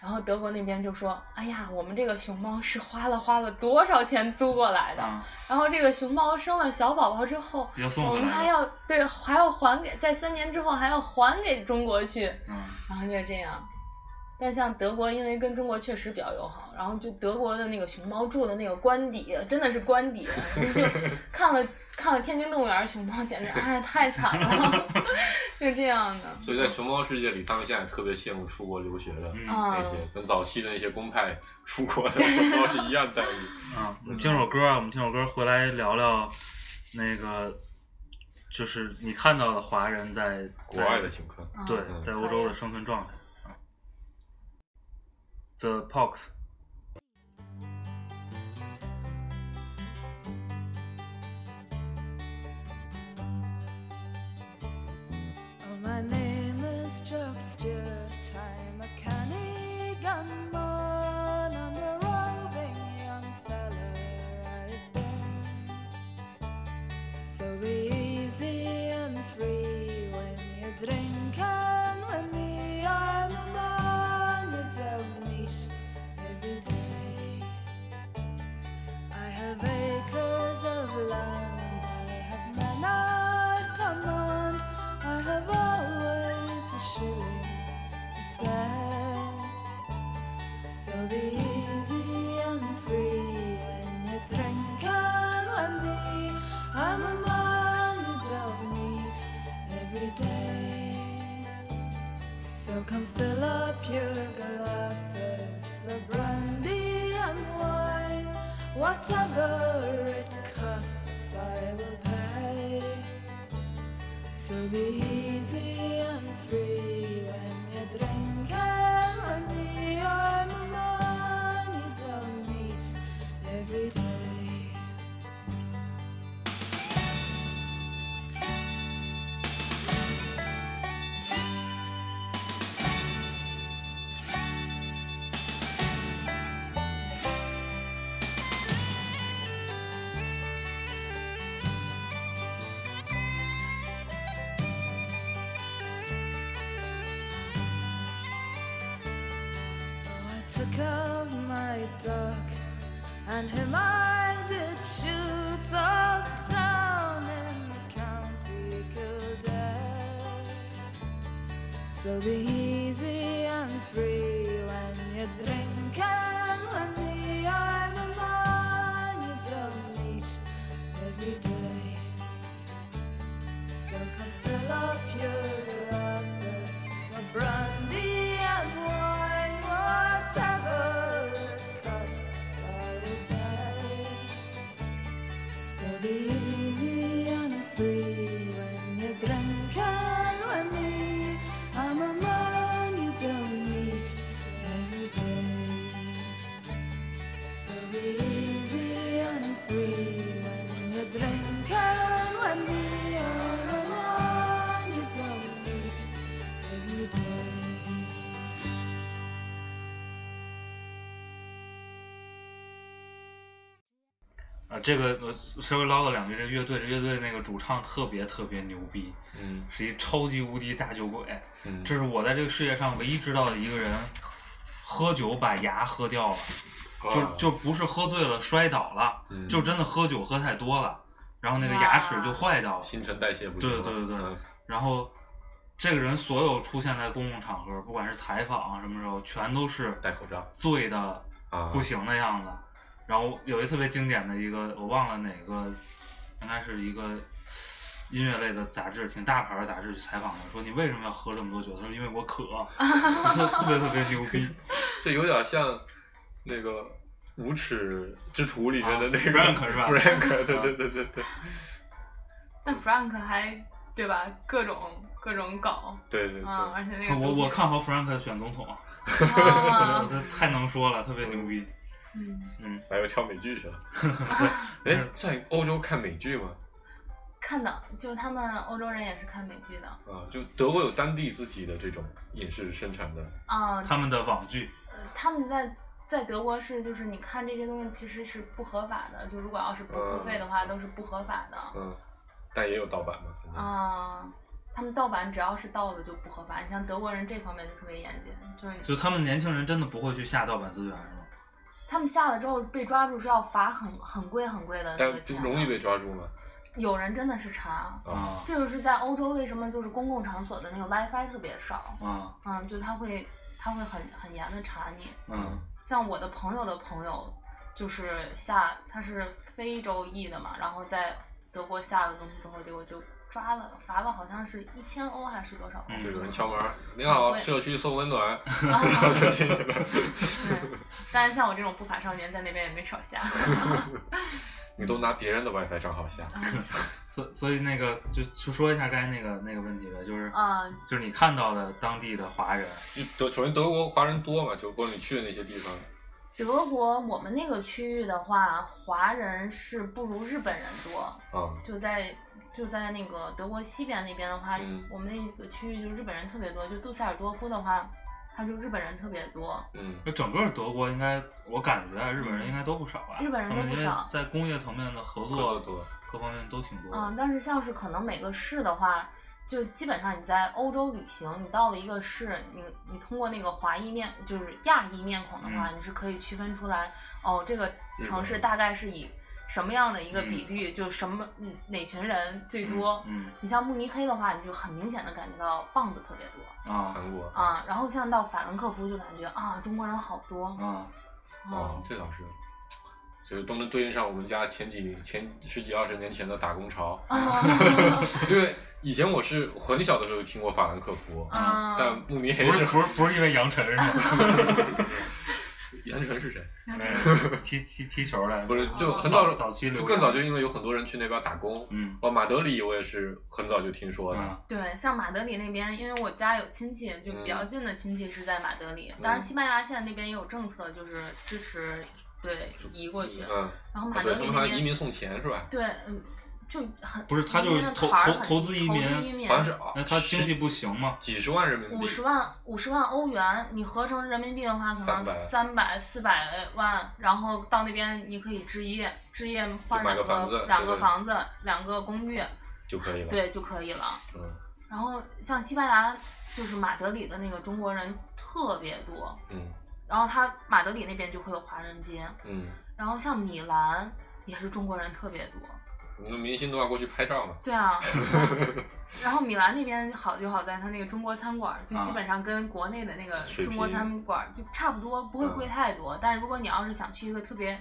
Speaker 4: 然后德国那边就说：“哎呀，我们这个熊猫是花了花了多少钱租过来的？
Speaker 2: 啊，
Speaker 4: 然后这个熊猫生了小宝宝之后，
Speaker 2: 要送
Speaker 4: 我
Speaker 2: 回
Speaker 4: 们还
Speaker 2: 来了。
Speaker 4: 要对还要还给，在三年之后还要还给中国去。”
Speaker 2: 嗯，
Speaker 4: 然后就是这样。但像德国，因为跟中国确实比较友好，然后就德国的那个熊猫住的那个官邸，真的是官邸，啊 就看了看了天津动物园熊猫，简直哎太 惨了，就这样的。
Speaker 3: 所以在熊猫世界里，他们现在特别羡慕出国留学的
Speaker 2: 嗯
Speaker 4: 啊
Speaker 3: 那些，跟早期的那些公派出国 的熊猫是一样待遇。
Speaker 2: 啊，
Speaker 3: 嗯
Speaker 2: 我们听首歌啊，我们听首歌回来聊聊那个，就是你看到的华人在
Speaker 3: 国外的情况，
Speaker 4: 嗯
Speaker 2: 对
Speaker 3: 嗯，
Speaker 2: 在欧洲的生存状态啊。The Pox，
Speaker 5: Oh, my name is Jockster. I'm a canny gun born and a roving young fella I've been. So easy and free when you drink and when me I'm a man you don't meet every day. I have acres of land, I have men at command, I have always a shilling to spare. So be easy and free when you drink and when me, I'm a man you don't meet every day. So come fill up your glasses of brandy and wine, whatever it costs, I will pay. So be easy and free when you drink and when me, I'm a man you don't meet every day. Oh, I took out my dog, and him I did shoot up down in County Kildare. So be easy and free when you drink, and when me, I'm a man you don't meet every day. So come fill up your glasses of brandy and wine, whatever it costs, I will pay. So be easy and free when you drink and when me, I'm a man you don't meet every day. So be easy and free when you drink and when we are alone, you don't need every day.
Speaker 2: 啊，这个我稍微唠叨两句，这乐队，这乐队那个主唱特别特别牛逼，
Speaker 3: 嗯
Speaker 2: 是一超级无敌大酒鬼，
Speaker 3: 嗯，
Speaker 2: 这是我在这个世界上唯一知道的一个人，喝酒把牙喝掉了，就就不是喝醉了摔倒了，
Speaker 3: 啊嗯
Speaker 2: 就真的喝酒喝太多了，然后那个牙齿就坏掉了。
Speaker 3: 新陈代谢不行了。
Speaker 2: 对对对对
Speaker 3: 嗯
Speaker 2: 然后这个人所有出现在公共场合，不管是采访啊什么时候，全都是
Speaker 3: 戴口罩
Speaker 2: 醉的
Speaker 3: 啊，
Speaker 2: 不行的样子。然后有一特别经典的一个，我忘了哪个，应该是一个音乐类的杂志，挺大牌的杂志去采访他，说你为什么要喝这么多酒？他说因为我 渴，特别特别牛逼。
Speaker 3: 这有点像那个无耻之徒里面的那个、
Speaker 2: 啊 Frank 是吧啊
Speaker 3: Frank，对对对对对
Speaker 4: 但 Frank 还对吧，各种各种搞
Speaker 3: 对对对。
Speaker 4: 啊，而且那个
Speaker 2: 我
Speaker 4: 东西
Speaker 2: 我看好 Frank 选总统，我
Speaker 4: 啊，
Speaker 2: 这太能说了，特别牛逼。
Speaker 4: 嗯，
Speaker 2: 嗯，
Speaker 3: 还有跳美剧去了。哎，在欧洲看美剧吗？
Speaker 4: 看的就他们欧洲人也是看美剧的
Speaker 3: 啊，就德国有当地自己的这种影视生产的，
Speaker 4: 啊，
Speaker 2: 嗯他们的网剧
Speaker 4: 呃他们在在德国是就是你看这些东西其实是不合法的，就
Speaker 3: 嗯
Speaker 4: 如果要是不付费的话都是不合法的。
Speaker 3: 嗯，但也有盗版嘛。反正
Speaker 4: 啊、他们盗版只要是盗的就不合法。你像德国人这方面就特别严谨，就是
Speaker 2: 就他们年轻人真的不会去下盗版资源是吗？
Speaker 4: 他们下了之后被抓住是要罚很很贵很贵的那个
Speaker 3: 但
Speaker 4: 钱的，
Speaker 3: 容易被抓住吗？
Speaker 4: 有人真的是查。
Speaker 3: 啊，
Speaker 4: 这就是在欧洲为什么就是公共场所的那个 WiFi 特别少，
Speaker 2: 啊
Speaker 4: 嗯，就他会他会很很严的查你。
Speaker 2: 嗯
Speaker 4: 像我的朋友的朋友，就是下他是非洲裔的嘛，然后在德国下了东西之后，结果就抓了，罚了好像是一千欧还是多少欧？
Speaker 2: 嗯
Speaker 3: 就有人敲门，你好，
Speaker 4: 对
Speaker 3: 社区送温暖，
Speaker 4: 啊
Speaker 3: 然后就进去了。
Speaker 4: 对，但是像我这种不法少年在那边也没少下。
Speaker 3: 你都拿别人的 WiFi 账号下，
Speaker 2: 所所以那个就就说一下刚才那个那个问题呗，就是、
Speaker 4: 嗯，
Speaker 2: 就是你看到的当地的华人，
Speaker 3: 就德首先德国华人多嘛，就光你去的那些地方，
Speaker 4: 德国我们那个区域的话，华人是不如日本人多，
Speaker 3: 啊，
Speaker 4: 就在就在那个德国西边那边的话，
Speaker 3: 嗯
Speaker 4: 我们那个区域就日本人特别多，就杜塞尔多夫的话，他就日本人特别多。
Speaker 3: 嗯，
Speaker 2: 就整个德国应该我感觉啊日本人应该都不少吧，
Speaker 4: 日本人都
Speaker 2: 他们
Speaker 4: 不
Speaker 2: 因为
Speaker 4: 少
Speaker 2: 在工业层面的合
Speaker 3: 合作
Speaker 2: 作
Speaker 3: 嗯多，
Speaker 2: 各方面都挺多的。
Speaker 4: 嗯，但是像是可能每个市的话，就基本上你在欧洲旅行，你到了一个市，你你通过那个华裔面就是亚裔面孔的话，你是可以区分出来哦，这个
Speaker 3: 嗯日
Speaker 4: 城
Speaker 3: 本
Speaker 4: 市
Speaker 3: 人
Speaker 4: 大概是以什么样的一个比
Speaker 2: 嗯
Speaker 4: 率，就什么嗯哪群人最多。
Speaker 2: 嗯
Speaker 4: 你像慕尼黑的话，你就很明显的感觉到棒子特别多
Speaker 2: 嗯啊
Speaker 3: 韩国，
Speaker 4: 啊，然后像到法兰克福就感觉啊中国人好多，
Speaker 2: 啊，
Speaker 3: 哦，这倒是，就是都能对应上我们家前几前十几二十年前的打工潮，
Speaker 4: 啊
Speaker 3: 因为以前我是很小的时候听过法兰克福，
Speaker 4: 啊，
Speaker 3: 但慕尼黑
Speaker 2: 不是
Speaker 3: 是
Speaker 2: 不是不是因为杨晨是吗？
Speaker 3: 盐城是谁？
Speaker 2: 哎踢踢踢球来，啊
Speaker 3: 不是，就
Speaker 4: 哦
Speaker 3: 很早
Speaker 2: 早期留
Speaker 3: 就
Speaker 2: 洋
Speaker 3: 更早就因为有很多人去那边打工。
Speaker 2: 嗯
Speaker 3: 哦，马德里我也是很早就听说的。
Speaker 2: 啊
Speaker 4: 对，像马德里那边，因为我家有亲戚，就比较
Speaker 3: 嗯
Speaker 4: 近的亲戚是在马德里。当
Speaker 3: 嗯
Speaker 4: 然，西班牙现在那边也有政策，就是支持对移过去。
Speaker 3: 嗯，
Speaker 4: 然后
Speaker 3: 哦
Speaker 4: 马
Speaker 3: 对
Speaker 4: 德
Speaker 3: 他
Speaker 4: 里
Speaker 3: 们
Speaker 4: 那
Speaker 3: 还
Speaker 4: 边
Speaker 3: 移民送钱是吧？
Speaker 4: 对，嗯，就很
Speaker 2: 不是他
Speaker 4: 移
Speaker 2: 就是
Speaker 4: 民的
Speaker 2: 投
Speaker 4: 团儿
Speaker 2: 投
Speaker 4: 很
Speaker 2: 投资移
Speaker 4: 投
Speaker 2: 民
Speaker 4: 资移民
Speaker 3: 好像是
Speaker 2: 那他经济不行吗？
Speaker 3: 几十万人民币，
Speaker 4: 五十万五十万欧元，你合成人民币的话，可
Speaker 3: 300
Speaker 4: 能三百四百万，然后到那边你可以置业，置业换
Speaker 3: 就买
Speaker 4: 两
Speaker 3: 个房子
Speaker 4: 两
Speaker 3: 对
Speaker 4: 个
Speaker 3: 对
Speaker 4: 房子，两个公寓，
Speaker 3: 就可以了。，
Speaker 4: 对就可以了。
Speaker 3: 嗯
Speaker 4: 然后像西班牙，就是马德里的那个中国人特别多，
Speaker 3: 嗯
Speaker 4: 然后他马德里那边就会有华人街，
Speaker 3: 嗯，
Speaker 4: 然后像米兰也是中国人特别多，
Speaker 3: 你们明星都要过去拍照嘛。
Speaker 4: 对啊，然后米兰那边好就好在它那个中国餐馆，就基本上跟国内的那个
Speaker 3: 啊水
Speaker 4: 中国
Speaker 3: 平嗯
Speaker 4: 餐馆就差不多，不会贵太多。但是如果你要是想去一个特别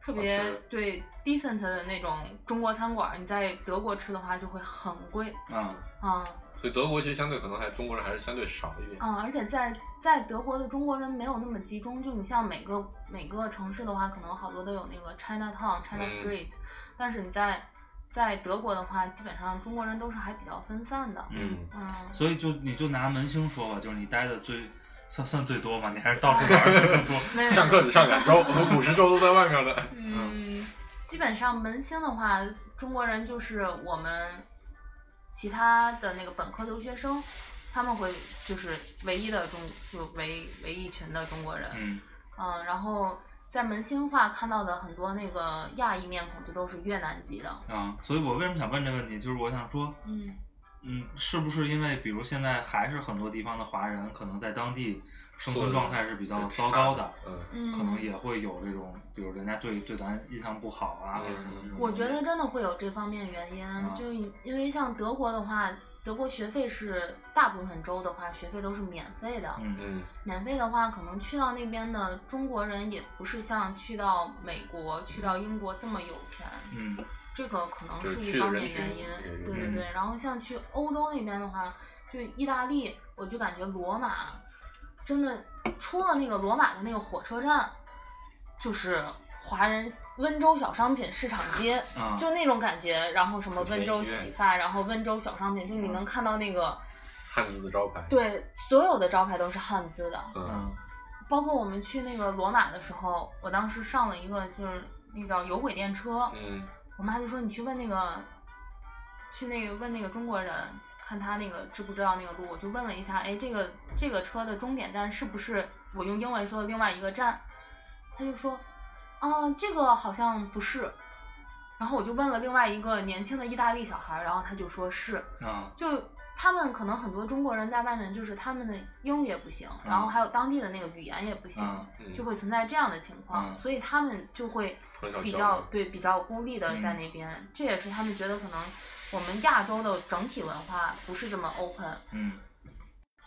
Speaker 4: 特
Speaker 3: 好
Speaker 4: 别
Speaker 3: 吃
Speaker 4: 对 decent 的那种中国餐馆，你在德国吃的话就会很贵，
Speaker 2: 啊
Speaker 4: 嗯。
Speaker 3: 所以德国其实相对可能还中国人还是相对少一点。
Speaker 4: 嗯，而且在在德国的中国人没有那么集中，就你像每个每个城市的话，可能好多都有那个 China Town、China
Speaker 3: 嗯
Speaker 4: Street，、但是你在在德国的话，基本上中国人都是还比较分散的。
Speaker 2: 嗯，
Speaker 4: 嗯，
Speaker 2: 所以就你就拿门兴说吧，就是你待的最算算最多嘛，你还是到处玩 儿的最多。
Speaker 4: 没有
Speaker 3: 上课只上两周，我们五十周都在外面的。
Speaker 4: 嗯，基本上门兴的话，中国人就是我们其他的那个本科留学生，他们会就是唯一的中就唯唯一群的中国人。
Speaker 2: 嗯
Speaker 4: 嗯，然后在门兴化看到的很多那个亚裔面孔，就都是越南籍的。
Speaker 2: 啊，所以我为什么想问这问题，就是我想说，
Speaker 4: 嗯，
Speaker 2: 嗯，是不是因为比如现在还是很多地方的华人可能在当地生存状态是比较糟糕的，
Speaker 3: 嗯，
Speaker 4: 嗯
Speaker 2: 可能也会有这种，比如人家对对咱印象不好啊，
Speaker 3: 嗯
Speaker 2: 或者什么这种
Speaker 4: 我觉得真的会有这方面原因，
Speaker 2: 啊
Speaker 4: 就因为像德国的话，德国学费是大部分州的话学费都是免费的，
Speaker 2: 嗯
Speaker 3: 嗯
Speaker 4: 免费的话，可能去到那边的中国人也不是像去到美国、去到英国这么有钱，
Speaker 2: 嗯
Speaker 4: 这个可能
Speaker 3: 就是
Speaker 4: 是一
Speaker 3: 去的
Speaker 4: 方
Speaker 3: 人
Speaker 4: 面
Speaker 3: 群
Speaker 4: 原因
Speaker 3: 也有，
Speaker 4: 对对
Speaker 2: 嗯
Speaker 4: 对。然后像去欧洲那边的话，就意大利，我就感觉罗马真的出了那个罗马的那个火车站，就是华人温州小商品市场街，
Speaker 2: 啊，
Speaker 4: 就那种感觉。然后什么
Speaker 3: 口腔
Speaker 4: 温州
Speaker 3: 医
Speaker 4: 洗
Speaker 3: 院
Speaker 4: 发，然后温州小商品，就你
Speaker 2: 嗯
Speaker 4: 能看到那个
Speaker 3: 汉字的招牌。
Speaker 4: 对所有的招牌都是汉字的，
Speaker 3: 嗯，
Speaker 2: 嗯
Speaker 4: 包括我们去那个罗马的时候，我当时上了一个就是那叫有轨电车，
Speaker 3: 嗯
Speaker 4: 我妈就说你去问那个，去那个问那个中国人，看他那个知不知道那个路。我就问了一下，哎，这个这个车的终点站是不是我用英文说的另外一个站？他就说，啊，这个好像不是。然后我就问了另外一个年轻的意大利小孩儿，然后他就说是，
Speaker 2: 啊
Speaker 4: 就他们可能很多中国人在外面就是他们的英语也不行，
Speaker 2: 嗯
Speaker 4: 然后还有当地的那个语言也不行，
Speaker 2: 嗯
Speaker 3: 嗯
Speaker 4: 就会存在这样的情况，
Speaker 2: 嗯
Speaker 4: 所以他们就会
Speaker 3: 很少
Speaker 4: 比
Speaker 3: 交
Speaker 4: 较
Speaker 3: 流嗯
Speaker 4: 对比较孤立的在那边，这也是他们觉得可能我们亚洲的整体文化不是这么 open，
Speaker 2: 嗯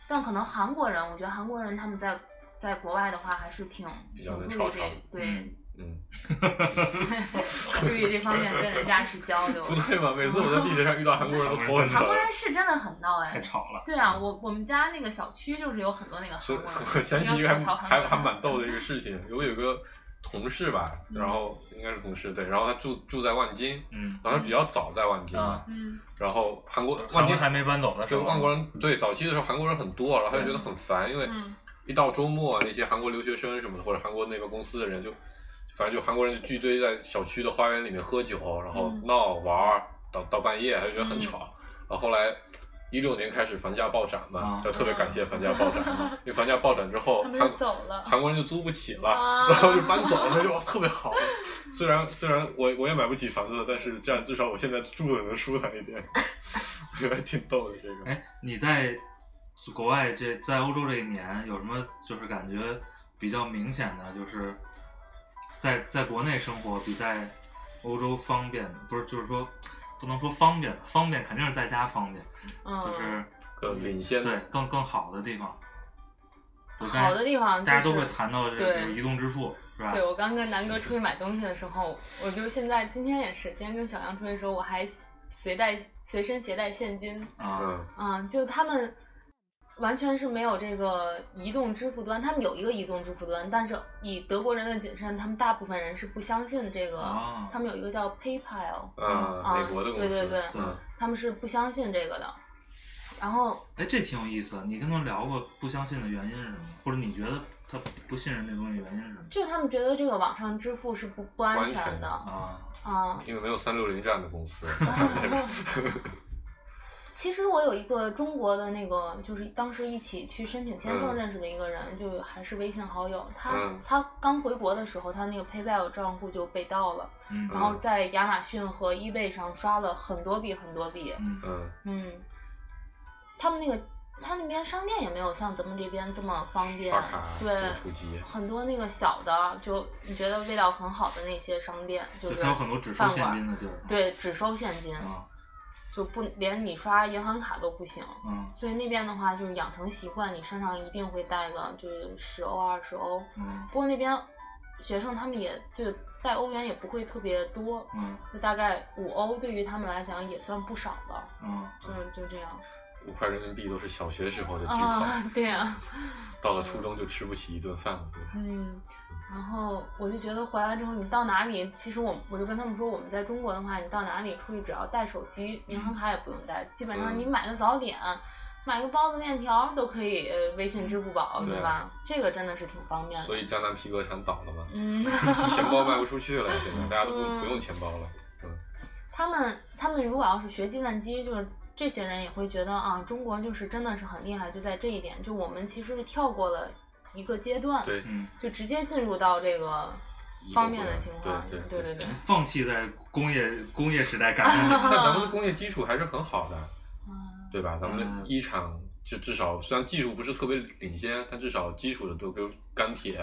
Speaker 4: 但可能韩国人，我觉得韩国人他们在在国外的话还是挺
Speaker 3: 比
Speaker 4: 挺
Speaker 3: 较能
Speaker 4: 注
Speaker 3: 超
Speaker 4: 意这
Speaker 3: 常
Speaker 4: 对、
Speaker 3: 嗯，
Speaker 4: 注意这方面跟人家去交流
Speaker 3: 不。 对吧？每次我在地铁上遇到韩国人都头很
Speaker 4: 韩
Speaker 3: 疼
Speaker 4: 国，人是真的很闹哎
Speaker 2: 太，吵了，
Speaker 4: 对啊，我我们家那个小区就是有很多那个
Speaker 3: 所
Speaker 4: 韩
Speaker 3: 以
Speaker 4: 国人，
Speaker 3: 我想起一个
Speaker 4: 要
Speaker 3: 还
Speaker 4: 吐槽韩国
Speaker 3: 还
Speaker 4: 人
Speaker 3: 还蛮逗的一个事情，我有一个同事吧，
Speaker 4: 嗯
Speaker 3: 然后应该是同事对，然后他住住在万金，
Speaker 2: 嗯
Speaker 3: 然后他比较早在万金嘛，
Speaker 2: 啊，
Speaker 4: 嗯
Speaker 3: 然后韩国
Speaker 2: 韩
Speaker 3: 万
Speaker 2: 国
Speaker 3: 金
Speaker 2: 还没搬走呢，是
Speaker 3: 对
Speaker 2: 吧？
Speaker 3: 韩国人对早期的时候韩国人很多，然后他就觉得很烦，因为
Speaker 4: 嗯
Speaker 3: 一到周末那些韩国留学生什么的或者韩国那个公司的人就，反正就韩国人就聚堆在小区的花园里面喝酒，然后
Speaker 4: 嗯
Speaker 3: 闹玩儿到到半夜，他就觉得很
Speaker 4: 嗯
Speaker 3: 吵。然后后来一六年开始房价暴涨嘛
Speaker 2: 啊，
Speaker 3: 就特别感谢房价暴涨， 因为房价暴涨之后
Speaker 4: 啊他们
Speaker 3: 韩
Speaker 4: 就走了
Speaker 3: 韩国人就租不起了，
Speaker 4: 啊
Speaker 3: 然后就搬走了，他就哇特别好。虽然虽然我我也买不起房子，但是这样至少我现在住的能舒坦一点，我觉得还挺逗的这个。
Speaker 2: 哎，你在国外这在欧洲这一年有什么就是感觉比较明显的，就是在在国内生活比在欧洲方便，不是就是说不能说方便吧，方便肯定是在家方便，
Speaker 4: 嗯，
Speaker 2: 就是
Speaker 3: 更领先的
Speaker 2: 对更更好的地方。我刚才
Speaker 4: 好的地方、就是、
Speaker 2: 大家都会谈到这
Speaker 4: 对
Speaker 2: 个移动支付是吧？
Speaker 4: 对我刚跟南哥出去买东西的时候，我就现在今天也是，今天跟小杨出去的时候，我还随带随身携带现金，
Speaker 2: 啊，
Speaker 3: 嗯
Speaker 4: 嗯，就他们完全是没有这个移动支付端，他们有一个移动支付端，但是以德国人的谨慎，他们大部分人是不相信这个，
Speaker 2: 啊
Speaker 4: 他们有一个叫 PayPal，啊
Speaker 3: 嗯，美国的公司，
Speaker 4: 对对对
Speaker 3: 嗯。
Speaker 4: 他们是不相信这个的，然后
Speaker 2: 哎，这挺有意思的。你跟他们聊过不相信的原因是什么，或者你觉得他不信任这东西原因是什么
Speaker 4: 就他们觉得这个网上支付是不不安
Speaker 3: 不安全
Speaker 4: 全
Speaker 3: 的
Speaker 4: 的
Speaker 2: 啊？
Speaker 4: 啊。
Speaker 3: 因为没有三六零这样的公 司。
Speaker 4: 其实我有一个中国的那个，就是当时一起去申请签证
Speaker 3: 嗯
Speaker 4: 认识的一个人，就还是微信好友。他、
Speaker 3: 嗯
Speaker 4: 他刚回国的时候，他那个 PayPal 账户就被盗了，
Speaker 2: 嗯
Speaker 4: 然后在亚马逊和 eBay 上刷了很多笔很多笔。
Speaker 2: 嗯
Speaker 3: 嗯，
Speaker 4: 嗯，他们那个他那边商店也没有像咱们这边这么 方便
Speaker 3: 刷卡，
Speaker 4: 对。
Speaker 3: 普及，
Speaker 4: 很多那个小的，就你觉得味道很好的那些商店，就
Speaker 2: 就是它有很多只收
Speaker 4: 饭
Speaker 2: 现
Speaker 4: 馆
Speaker 2: 金的地儿。
Speaker 4: 对，只收现金，
Speaker 2: 啊，
Speaker 4: 就不连你刷银行卡都不行。
Speaker 2: 嗯
Speaker 4: 所以那边的话，就是养成习惯，你身上一定会带个就是十欧二十欧。
Speaker 2: 嗯
Speaker 4: 不过那边学生他们也就带欧元也不会特别多，
Speaker 2: 嗯
Speaker 4: 就大概五欧对于他们来讲也算不少了。
Speaker 2: 嗯，
Speaker 4: 嗯，就这样
Speaker 3: 五块人民币都是小学时候的巨
Speaker 4: 啊嗯
Speaker 3: 款，，
Speaker 4: 对呀、
Speaker 3: 到了初中就吃不起一顿饭了。对吧
Speaker 4: 嗯，然后我就觉得回来之后，你到哪里，其实我我就跟他们说，我们在中国的话，你到哪里出去只要带手机，银行卡也不用带，基本上
Speaker 3: 嗯
Speaker 4: 你买个早点，买个包子、面条都可以呃微信、支付宝，
Speaker 3: 对
Speaker 4: 对吧？这个真的是挺方便
Speaker 3: 所
Speaker 4: 的。
Speaker 3: 以江南皮革厂倒了 嘛，
Speaker 4: 嗯，
Speaker 3: 钱包卖不出去了，现在
Speaker 2: 嗯
Speaker 3: 大家都不
Speaker 4: 嗯
Speaker 3: 不用钱包了。
Speaker 4: 他们他们如果要是学计算机，就是这些人也会觉得啊，中国就是真的是很厉害，就在这一点，就我们其实是跳过了一个阶段，
Speaker 3: 对，
Speaker 2: 嗯，
Speaker 4: 就直接进入到这个方面的情况，
Speaker 3: 对对
Speaker 4: 对
Speaker 3: 对
Speaker 4: 对。
Speaker 2: 嗯放弃在工业工业时代赶上这
Speaker 3: 但
Speaker 2: 个，
Speaker 3: 咱们的工业基础还是很好的，
Speaker 4: 嗯
Speaker 3: 对吧？咱们的一厂就至少虽然技术不是特别领先，但至少基础的都比如钢铁，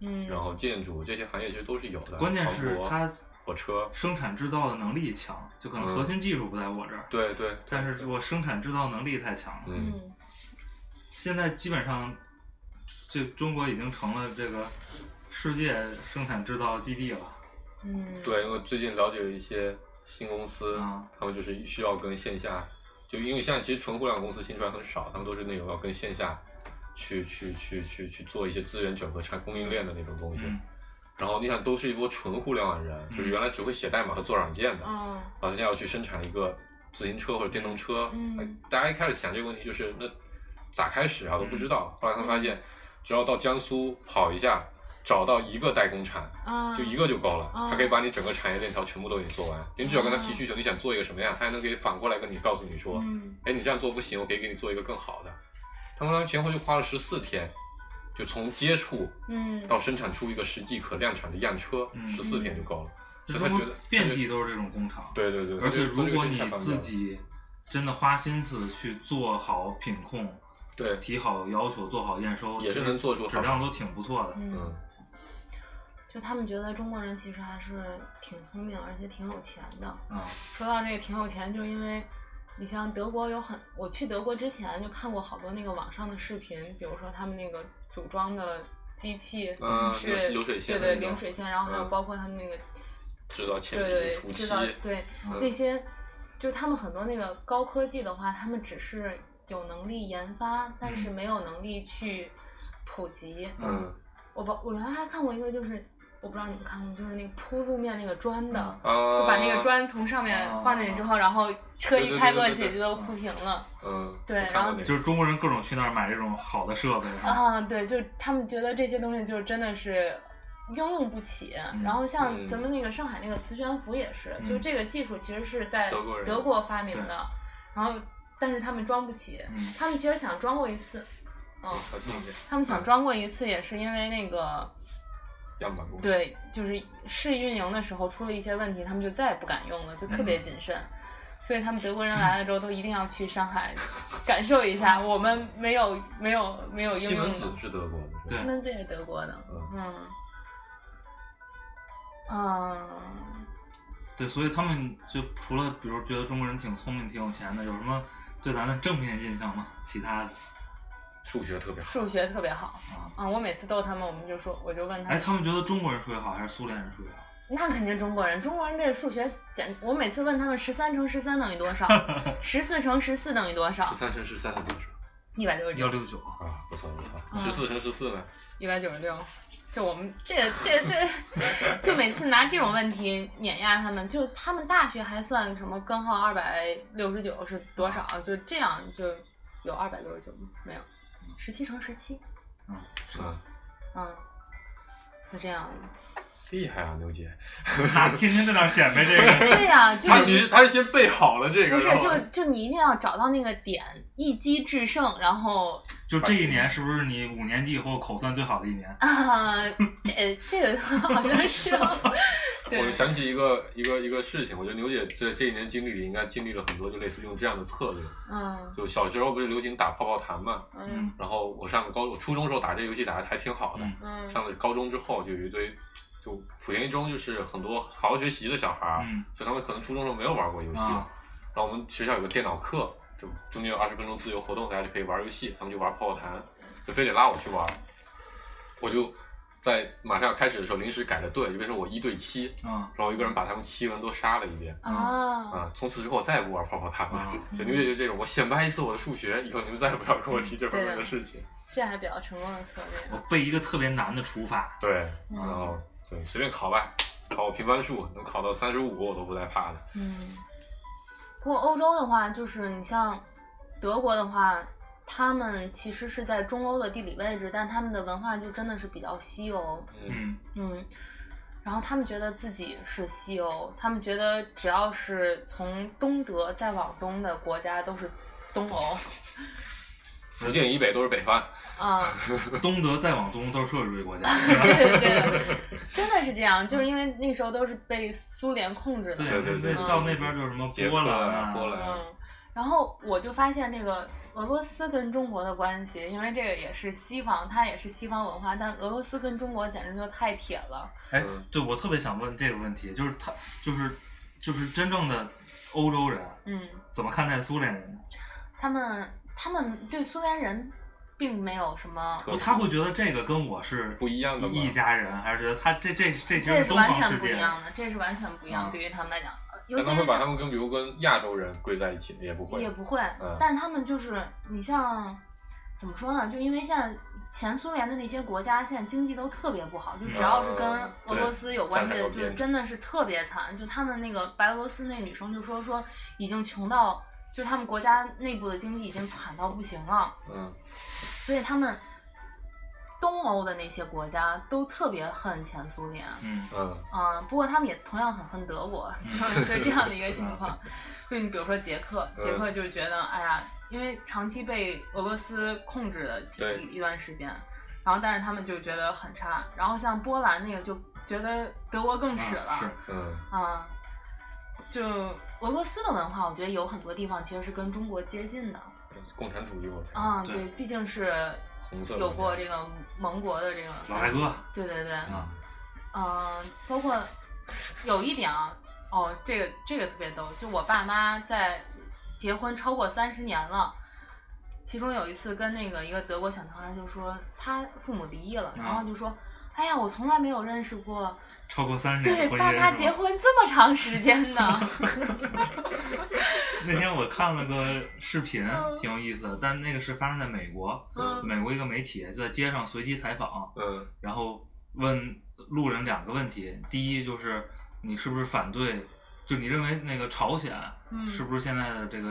Speaker 4: 嗯，
Speaker 3: 然后建筑这些行业其实都是有 的。
Speaker 2: 关键
Speaker 3: 船
Speaker 2: 是
Speaker 3: 舶
Speaker 2: 它
Speaker 3: 火车，
Speaker 2: 生产制造的能力强，就可能
Speaker 3: 嗯
Speaker 2: 核心技术不在我这儿，
Speaker 3: 对对，
Speaker 2: 但是我生产制造能力太强了。
Speaker 3: 嗯
Speaker 4: 嗯
Speaker 2: 现在基本上，这中国已经成了这个世界生产制造基地了。
Speaker 4: 嗯，
Speaker 3: 对，因为最近了解了一些新公司，
Speaker 2: 嗯
Speaker 3: 他们就是需要跟线下，就因为现在其实纯互联网公司新出来很少，他们都是那种要跟线下去去去去去做一些资源整合、产供应链的那种东西。
Speaker 2: 嗯
Speaker 3: 然后你想，都是一波纯互联网人，就
Speaker 2: 嗯
Speaker 3: 是原来只会写代码和做软件的，然
Speaker 4: 嗯
Speaker 3: 后现在要去生产一个自行车或者电动车，
Speaker 4: 嗯
Speaker 3: 哎大家一开始想这个问题就是那咋开始啊都不知道，
Speaker 4: 嗯
Speaker 3: 后来他们发现，只要到江苏跑一下，找到一个代工厂。
Speaker 4: 嗯，
Speaker 3: 就一个就够了，
Speaker 4: 嗯
Speaker 3: 它可以把你整个产业链条全部都给你做完。你只要跟他提需求，你想做一个什么样，他还能给反过来跟你告诉你说，
Speaker 4: 嗯
Speaker 3: 哎，你这样做不行，我可以给你做一个更好的。他们前后就花了十四天，就从接触
Speaker 4: 嗯
Speaker 3: 到生产出一个实际可量产的样车，
Speaker 2: 嗯
Speaker 3: 十四天就够了。
Speaker 2: 就
Speaker 3: 所以他
Speaker 2: 中
Speaker 3: 觉
Speaker 2: 国
Speaker 3: 得
Speaker 2: 遍地都是这种工厂。
Speaker 3: 对对对，
Speaker 2: 而且
Speaker 3: 他觉得做
Speaker 2: 如
Speaker 3: 这个
Speaker 2: 果
Speaker 3: 生
Speaker 2: 你
Speaker 3: 产方面
Speaker 2: 自己真的花心思去做好品控，
Speaker 3: 对，
Speaker 2: 提好要求，做好验收，
Speaker 3: 也是
Speaker 2: 其实
Speaker 3: 能做出好
Speaker 2: 质量都挺不错的。
Speaker 4: 嗯
Speaker 3: 嗯，，
Speaker 4: 就他们觉得中国人其实还是挺聪明，而且挺有钱的。
Speaker 2: 嗯，
Speaker 4: 说到这个挺有钱，就是因为你像德国有很，我去德国之前就看过好多那个网上的视频，比如说他们那个组装的机器
Speaker 3: 嗯
Speaker 4: 是
Speaker 3: 流水线那
Speaker 4: 对对，
Speaker 3: 种
Speaker 4: 流水线，然后还有
Speaker 3: 嗯
Speaker 4: 包括他们那个、
Speaker 3: 制造铅笔、
Speaker 4: 对
Speaker 3: 涂
Speaker 4: 对
Speaker 3: 漆
Speaker 4: 制，造对、
Speaker 3: 嗯
Speaker 4: 那些，就他们很多那个高科技的话，他们只是有能力研发，但是
Speaker 2: 嗯
Speaker 4: 没有能力去普及。
Speaker 3: 嗯
Speaker 4: 我不，我原来还看过一个，就是我不知道你们看过，就是那个铺路面那个砖的。
Speaker 3: 啊，
Speaker 4: 就把那个，砖从上面放进去之后，然后车一开过
Speaker 3: 哦对对对对
Speaker 4: 去
Speaker 3: 对
Speaker 4: 就都铺平了。
Speaker 3: 嗯，
Speaker 4: 对
Speaker 3: 我看过
Speaker 4: 然后
Speaker 3: 那个
Speaker 2: 就是中国人各种去那儿买这种好的设备，
Speaker 4: 啊，对，就他们觉得这些东西就真的是应用不起。
Speaker 2: 嗯
Speaker 4: 然后像
Speaker 3: 嗯
Speaker 4: 咱们那个上海那个磁悬浮也是，
Speaker 2: 嗯
Speaker 4: 就这个技术其实是在
Speaker 3: 德国人
Speaker 4: 德国发明
Speaker 2: 对
Speaker 4: 的，然后但是他们装不起，
Speaker 2: 嗯
Speaker 4: 他们其实想装过一次，嗯，
Speaker 3: 靠近一点，
Speaker 4: 他们想装过一次也是因为那个。
Speaker 3: 样板工，
Speaker 4: 对，就是试运营的时候出了一些问题，他们就再也不敢用了，就特别谨慎。所以他们德国人来了之后，都一定要去上海 感受一下。我们没有没有没有应
Speaker 3: 西
Speaker 4: 用
Speaker 3: 门
Speaker 4: 的
Speaker 3: 子，是德国的，
Speaker 2: 对
Speaker 4: 西门子也是德国的，
Speaker 3: 嗯
Speaker 4: 嗯，嗯，
Speaker 2: 对，所以他们就除了比如觉得中国人挺聪明、挺有钱的，有什么对咱的正面印象吗？其他的
Speaker 3: 数学特别好，
Speaker 4: 数学特别好
Speaker 2: 啊，
Speaker 4: 啊、我每次逗他们，我们就说，我就问他
Speaker 2: 哎，
Speaker 4: 们，
Speaker 2: 他们觉得中国人数学好还是苏联人数学好？
Speaker 4: 那肯定中国人，中国人这个数学简，我每次问他们十三乘十三等于多 少，十四乘十四等于多少
Speaker 3: 十，三乘十三的多少
Speaker 4: 一百六十九
Speaker 2: 幺。六九，
Speaker 3: 啊？不错不错，
Speaker 4: 嗯
Speaker 3: 十四乘十四呢？
Speaker 4: 一百九十六，就我们这这这， 就每次拿这种问题碾压他们，就他们大学还算什么根号二百六十九是多少？
Speaker 2: 啊
Speaker 4: 就这样就有二百六十九吗？没有，十七乘十七，
Speaker 2: 嗯，是吧？
Speaker 3: 嗯，
Speaker 4: 嗯，是这样的。
Speaker 3: 厉害啊，牛姐，
Speaker 2: 嗯那天天在那儿显摆这个，
Speaker 4: 对呀、就
Speaker 3: 他
Speaker 4: 你
Speaker 3: 你是他是先背好了这个，
Speaker 4: 不是
Speaker 3: 然后
Speaker 4: 就就你一定要找到那个点，一击制胜，然后
Speaker 2: 就 这一年是不是你五年级以后口算最好的一年？
Speaker 4: 啊，这这个好像 是，
Speaker 3: 我就
Speaker 4: 对，
Speaker 3: 想起一个一个一个事情，我觉得牛姐这这一年经历里应该经历了很多，就类似用这样的策略。
Speaker 4: 嗯
Speaker 3: 就小时候不是流行打泡泡弹嘛，
Speaker 4: 嗯
Speaker 3: 然后我上高我初中时候打这游戏打的还挺好的，
Speaker 2: 嗯
Speaker 4: 嗯
Speaker 3: 上了高中之后就有一堆，就普贤一中就是很多好好学习的小孩儿，
Speaker 2: 嗯
Speaker 3: 所以他们可能初中时候没有玩过游戏，
Speaker 2: 啊
Speaker 3: 然后我们学校有个电脑课，就中间有二十分钟自由活动，大家就可以玩游戏，他们就玩泡泡弹，就非得拉我去玩，我就在马上要开始的时候临时改了队，就变成我一对七，
Speaker 2: 啊
Speaker 3: 然后我一个人把他们七个人都杀了一遍。
Speaker 4: 啊，
Speaker 3: 啊！从此之后我再也不玩泡泡糖了。
Speaker 2: 嗯
Speaker 3: 就牛姐就这种，我显摆一次我的数学，以后你们再也不要跟我提这方面的事情。
Speaker 4: 这还比较成功的策略。
Speaker 3: 哦
Speaker 2: 我背一个特别难的除法，
Speaker 3: 对，
Speaker 4: 嗯
Speaker 3: 然后对随便考吧，考我平凡数能考到三十五我都不带怕的。
Speaker 4: 嗯，不过欧洲的话，就是你像德国的话，他们其实是在中欧的地理位置，但他们的文化就真的是比较西欧。
Speaker 3: 嗯，
Speaker 2: 嗯，
Speaker 4: 嗯，然后他们觉得自己是西欧，他们觉得只要是从东德再往东的国家都是东欧。
Speaker 3: 福建以北都是北方。
Speaker 4: 啊、
Speaker 2: 东德再往东都是社会主义 国家，
Speaker 4: 对对对，真的是这样，就是因为那时候都是被苏联控制的。
Speaker 2: 对
Speaker 3: 对
Speaker 2: 对，
Speaker 3: 对，
Speaker 2: 到那边就是什么
Speaker 3: 捷克
Speaker 2: 波兰
Speaker 3: 啊，波兰啊，
Speaker 4: 嗯，然后我就发现这个俄罗斯跟中国的关系，因为这个也是西方，它也是西方文化，但俄罗斯跟中国简直就太铁了。
Speaker 2: 哎
Speaker 3: 嗯，
Speaker 2: 对，我特别想问这个问题，就是他，就是，就是真正的欧洲人
Speaker 4: 嗯，
Speaker 2: 怎么看待苏联人？
Speaker 4: 他们他们对苏联人并没有什么，
Speaker 3: 特
Speaker 2: 哦他会觉得这个跟我是
Speaker 3: 不一样的吗
Speaker 2: 一家人，还是觉得他这这这其
Speaker 4: 这
Speaker 2: 实
Speaker 4: 是
Speaker 2: 东
Speaker 4: 完
Speaker 2: 方
Speaker 4: 全
Speaker 2: 世
Speaker 4: 不一
Speaker 2: 界？
Speaker 4: 样的，这是完全不一
Speaker 2: 嗯
Speaker 4: 样，对于他们来讲，呃尤
Speaker 3: 那
Speaker 4: 其
Speaker 3: 他
Speaker 4: 是
Speaker 3: 会把他
Speaker 4: 像
Speaker 3: 们跟比如跟亚洲人归在一起吗也不会
Speaker 4: 也。不会，
Speaker 3: 嗯
Speaker 4: 但是他们就是你像怎么说呢？就因为现在前苏联的那些国家现在经济都特别不好，就只要是跟
Speaker 3: 嗯
Speaker 4: 俄罗斯有关系
Speaker 3: 对
Speaker 4: 的，
Speaker 3: 站在
Speaker 4: 就
Speaker 3: 右边
Speaker 4: 真的是特别惨。就他们那个白俄罗斯那女生就说说已经穷到，就他们国家内部的经济已经惨到不行了，
Speaker 3: 嗯，
Speaker 4: 所以他们东欧的那些国家都特别恨前苏联。
Speaker 2: 嗯
Speaker 3: 嗯，
Speaker 4: 啊、不过他们也同样很恨德 国，
Speaker 2: 嗯
Speaker 4: 就是就这样的一个情 况。就你比如说捷克，
Speaker 2: 嗯
Speaker 4: 捷克就是觉得，哎呀，因为长期被俄罗斯控制了其实
Speaker 3: 对
Speaker 4: 一一段时间，然后但是他们就觉得很差。然后像波兰那个就觉得德国更
Speaker 2: 嗯
Speaker 4: 屎了，
Speaker 2: 是
Speaker 3: 嗯，
Speaker 4: 啊、就俄罗斯的文化，我觉得有很多地方其实是跟中国接近的。
Speaker 3: 嗯共产主义我天，
Speaker 4: 啊，
Speaker 2: 对
Speaker 4: 对，毕竟是
Speaker 3: 红色
Speaker 4: 有
Speaker 3: 文
Speaker 4: 过
Speaker 3: 化
Speaker 4: 这个盟国的这个
Speaker 2: 老大哥
Speaker 4: 对对对，
Speaker 2: 啊，
Speaker 4: 嗯，包括有一点啊，哦，这个这个特别逗，就我爸妈在结婚超过三十年了，其中有一次跟那个一个德国小男孩就说他父母离异了，然
Speaker 2: 啊
Speaker 4: 后就说。哎呀，我从来没有认识 过
Speaker 2: 超过三十
Speaker 4: 对
Speaker 2: 年的婚
Speaker 4: 爸
Speaker 2: 姻
Speaker 4: 妈
Speaker 2: 是
Speaker 4: 结
Speaker 2: 吧
Speaker 4: 婚这么长时 间呢。
Speaker 2: 那天我看了个视频，挺有意思的，但那个是发生在美国，
Speaker 4: 嗯
Speaker 2: 美国一个媒体就在街上随机采访，
Speaker 3: 嗯
Speaker 2: 然后问路人两个问题，第一就是你是不是反对，就你认为那个朝鲜
Speaker 4: 嗯
Speaker 2: 是不是现在的这个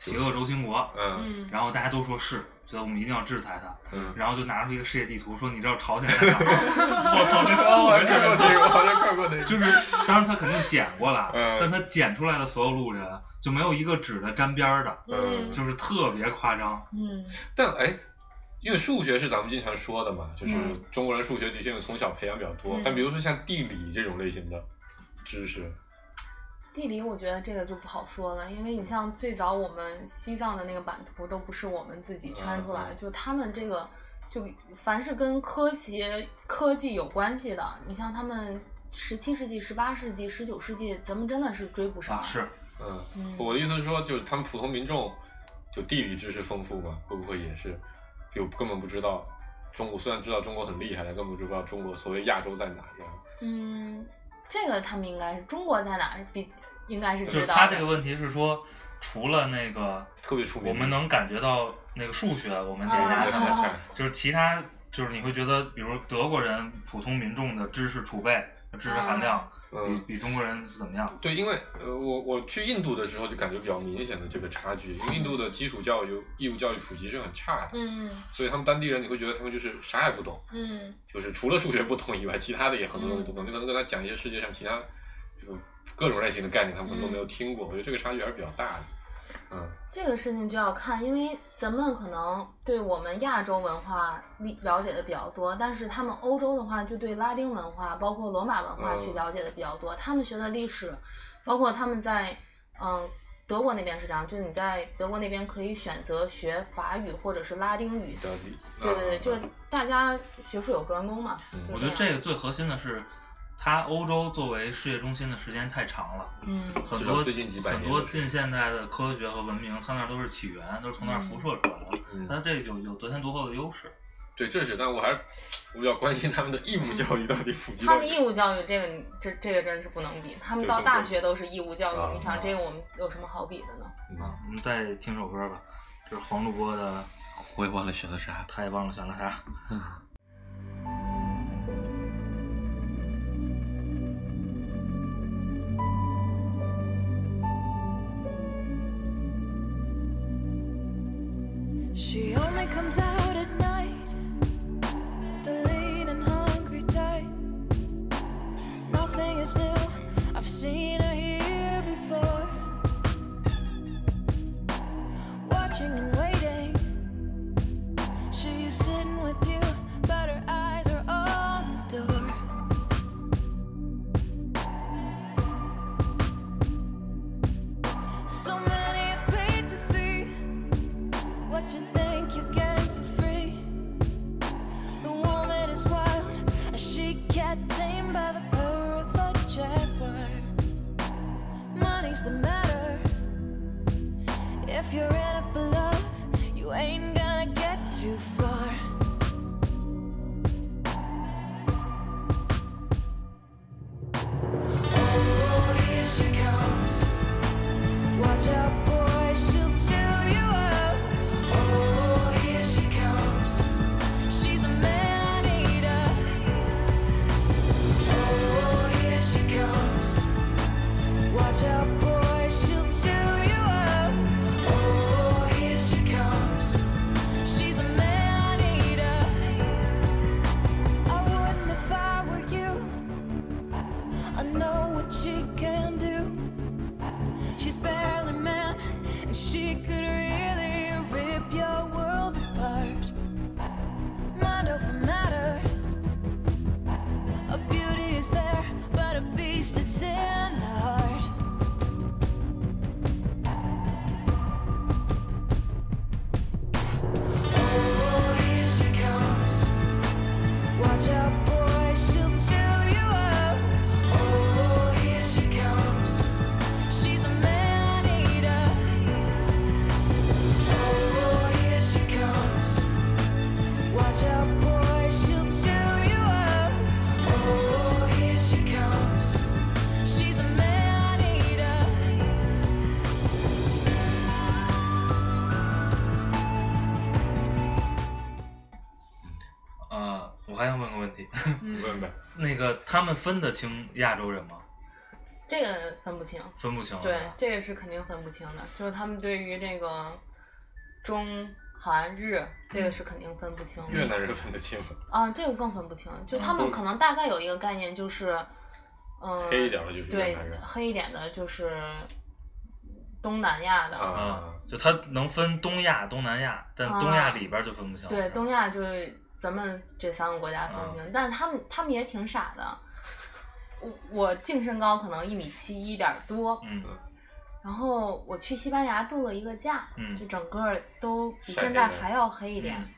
Speaker 2: 邪恶轴心国？
Speaker 3: 嗯
Speaker 4: 嗯，
Speaker 2: 然后大家都说是，觉得我们一定要制裁他，
Speaker 3: 嗯，
Speaker 2: 然后就拿出一个世界地图说你知道朝鲜在哪儿 吗？ 我操，那个特别
Speaker 3: 我还看过这个，我好像看过那个，
Speaker 2: 就是，当然他肯定剪过来，
Speaker 3: 嗯
Speaker 2: 但他剪出来的所有路人就没有一个指的沾边儿的，
Speaker 4: 嗯
Speaker 2: 就是特别夸张。
Speaker 4: 嗯
Speaker 3: 但哎，因为数学是咱们经常说的嘛，就是
Speaker 4: 嗯
Speaker 3: 中国人数学的确从小培养比较多。
Speaker 4: 嗯
Speaker 3: 但比如说像地理这种类型的知识，
Speaker 4: 地理我觉得这个就不好说了，因为
Speaker 2: 嗯
Speaker 4: 你像最早我们西藏的那个版图都不是我们自己
Speaker 2: 啊
Speaker 4: 圈出来，
Speaker 3: 嗯嗯
Speaker 4: 就他们这个就凡是跟科学科技有关系的，你像他们十七世纪、十八世纪、十九世纪，咱们真的是追不上。
Speaker 2: 啊，是，
Speaker 3: 嗯，
Speaker 4: 嗯，
Speaker 3: 我的意思是说，就是他们普通民众就地理知识丰富嘛，会不会也是就根本不知道中国？虽然知道中国很厉害，但根本就不知道中国所谓亚洲在哪这样。
Speaker 4: 嗯，这个他们应该是中国在哪儿比应该是
Speaker 2: 就是
Speaker 4: 知道
Speaker 2: 他
Speaker 4: 的。
Speaker 2: 这个问题是说，除了那个
Speaker 3: 特别出名
Speaker 2: 我们能感觉到那个数学，我们得
Speaker 4: 啊
Speaker 2: 压
Speaker 3: 看
Speaker 2: 制，
Speaker 3: 看看，
Speaker 2: 就是其他就是你会觉得，比如德国人普通民众的知识储备、知识含量比
Speaker 3: 嗯。
Speaker 2: 比中国人是怎么样？
Speaker 3: 对，因为呃，我我去印度的时候就感觉比较明显的这个差距，因为印度的基础教育、义务教育普及是很差的，
Speaker 4: 嗯
Speaker 3: 所以他们当地人你会觉得他们就是啥也不懂，
Speaker 4: 嗯
Speaker 3: 就是除了数学不懂以外，其他的也很多东西不懂。你可能跟他讲一些世界上其他就各种类型的概念，他们可能都没
Speaker 4: 嗯
Speaker 3: 有听过。我觉得这个差距还是比较大的。嗯，
Speaker 4: 这个事情就要看，因为咱们可能对我们亚洲文化理了解的比较多，但是他们欧洲的话，就对拉丁文化，包括罗马文化
Speaker 3: 嗯
Speaker 4: 去了解的比较多。他们学的历史，包括他们在嗯德国那边是这样，就你在德国那边可以选择学法语或者是拉丁语
Speaker 3: 比。较低。
Speaker 4: 对对对，
Speaker 3: 嗯
Speaker 4: 就是大家学术有专攻嘛。
Speaker 3: 嗯
Speaker 4: 就
Speaker 2: 我觉得
Speaker 4: 这样
Speaker 2: 这个最核心的是，它欧洲作为世界中心的时间太长了。
Speaker 4: 嗯
Speaker 2: 很
Speaker 3: 至少
Speaker 2: 多
Speaker 3: 最近几百
Speaker 2: 很
Speaker 3: 年
Speaker 2: 多
Speaker 3: 都是
Speaker 2: 近现代的科学和文明，它那儿都是起源，都是从那儿辐射出来的。
Speaker 3: 嗯
Speaker 2: 它这就有得天独厚的优势。
Speaker 3: 对，这是，但我还是我比较关心他们的义务教育到底普及
Speaker 4: 他
Speaker 3: 到
Speaker 4: 们义务教育这个你这这个真是不能比，他们到大学都是义务教育，你想这个我们有什么好比的呢？
Speaker 3: 嗯
Speaker 2: 啊，我们再听首歌吧，这是黄主播的，
Speaker 3: 我也忘了选了啥。
Speaker 2: 他也忘了选了
Speaker 3: 啊
Speaker 2: 啥。
Speaker 5: She only comes out at night, the late and hungry type. Nothing is new, I've seen her here before. Watching and waiting, she's sitting with you, but her eyes are on the door. So many have paid to see what you think you're getting for free. The woman is wild, and she got tamed by the power of the jaguar. Money's the matter. If you're in it for love, you ain't gonna get too far. Oh, here she comes. Watch out, boy, she'll chew you up. Oh, here she comes. She's a man eater. Oh, here she comes. Watch out, boy, she'll chew you up. Oh, here she comes. Oh, Oh, Oh, Oh,
Speaker 2: 呃还想问个问题，
Speaker 4: 嗯，
Speaker 3: 问呗，
Speaker 2: 那个他们分得清亚洲人吗？
Speaker 4: 这个分不清，
Speaker 2: 分不清了。
Speaker 3: 哦
Speaker 4: 对，这个是肯定分不清的，就是他们对于这个中韩日，这个是肯定分不清的。
Speaker 3: 嗯越南人分得清，
Speaker 4: 啊，这个更分不清，就他
Speaker 3: 嗯
Speaker 4: 们可能大概有一个概念，就是，嗯，
Speaker 3: 黑一点的就是越
Speaker 4: 对
Speaker 3: 南人，啊
Speaker 4: 黑一点的就是东南亚的，
Speaker 3: 啊
Speaker 2: 啊，，就他能分东亚、东南亚，但东亚里边就分不清了。
Speaker 4: 啊对，东亚就是咱们这三个国家分不
Speaker 3: 啊
Speaker 4: 清，但是他们他们也挺傻的，我我净身高可能一米七一点儿多，
Speaker 2: 嗯
Speaker 4: 然后我去西班牙度了一个假，
Speaker 2: 嗯
Speaker 4: 就整个都比
Speaker 3: 晒
Speaker 4: 现
Speaker 3: 黑
Speaker 4: 在
Speaker 3: 了
Speaker 4: 还要黑一点。
Speaker 2: 嗯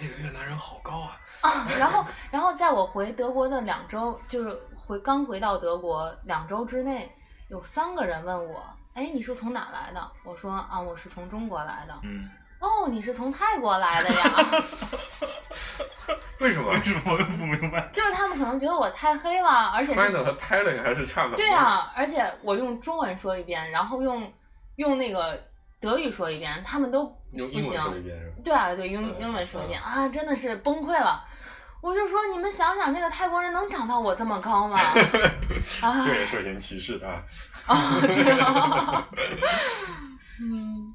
Speaker 3: 那个越南人好高啊，
Speaker 4: 啊，然后，然后在我回德国的两周，就是回刚回到德国两周之内，有三个人问我，哎，你是从哪来的？我说啊，我是从中国来的。
Speaker 2: 嗯，
Speaker 4: 哦，你是从泰国来的呀？
Speaker 3: 为什么
Speaker 2: 为？什么我又不明白？
Speaker 4: 就是他们可能觉得我太黑了，而 且
Speaker 3: China 和
Speaker 4: 是，
Speaker 3: Thailand 还是差很多。
Speaker 4: 对啊，而且我用中文说一遍，然后用用那个德语说一遍，他们都
Speaker 3: 用
Speaker 4: 不
Speaker 3: 英文说一
Speaker 4: 行。
Speaker 3: 遍是吧？
Speaker 4: 对啊，对英
Speaker 3: 嗯
Speaker 4: 英文说一遍啊，真的是崩溃了。我就说，你们想想，这个泰国人能长到我这么高 吗？啊，
Speaker 3: 这也涉嫌歧视啊！
Speaker 4: 啊，对啊，嗯，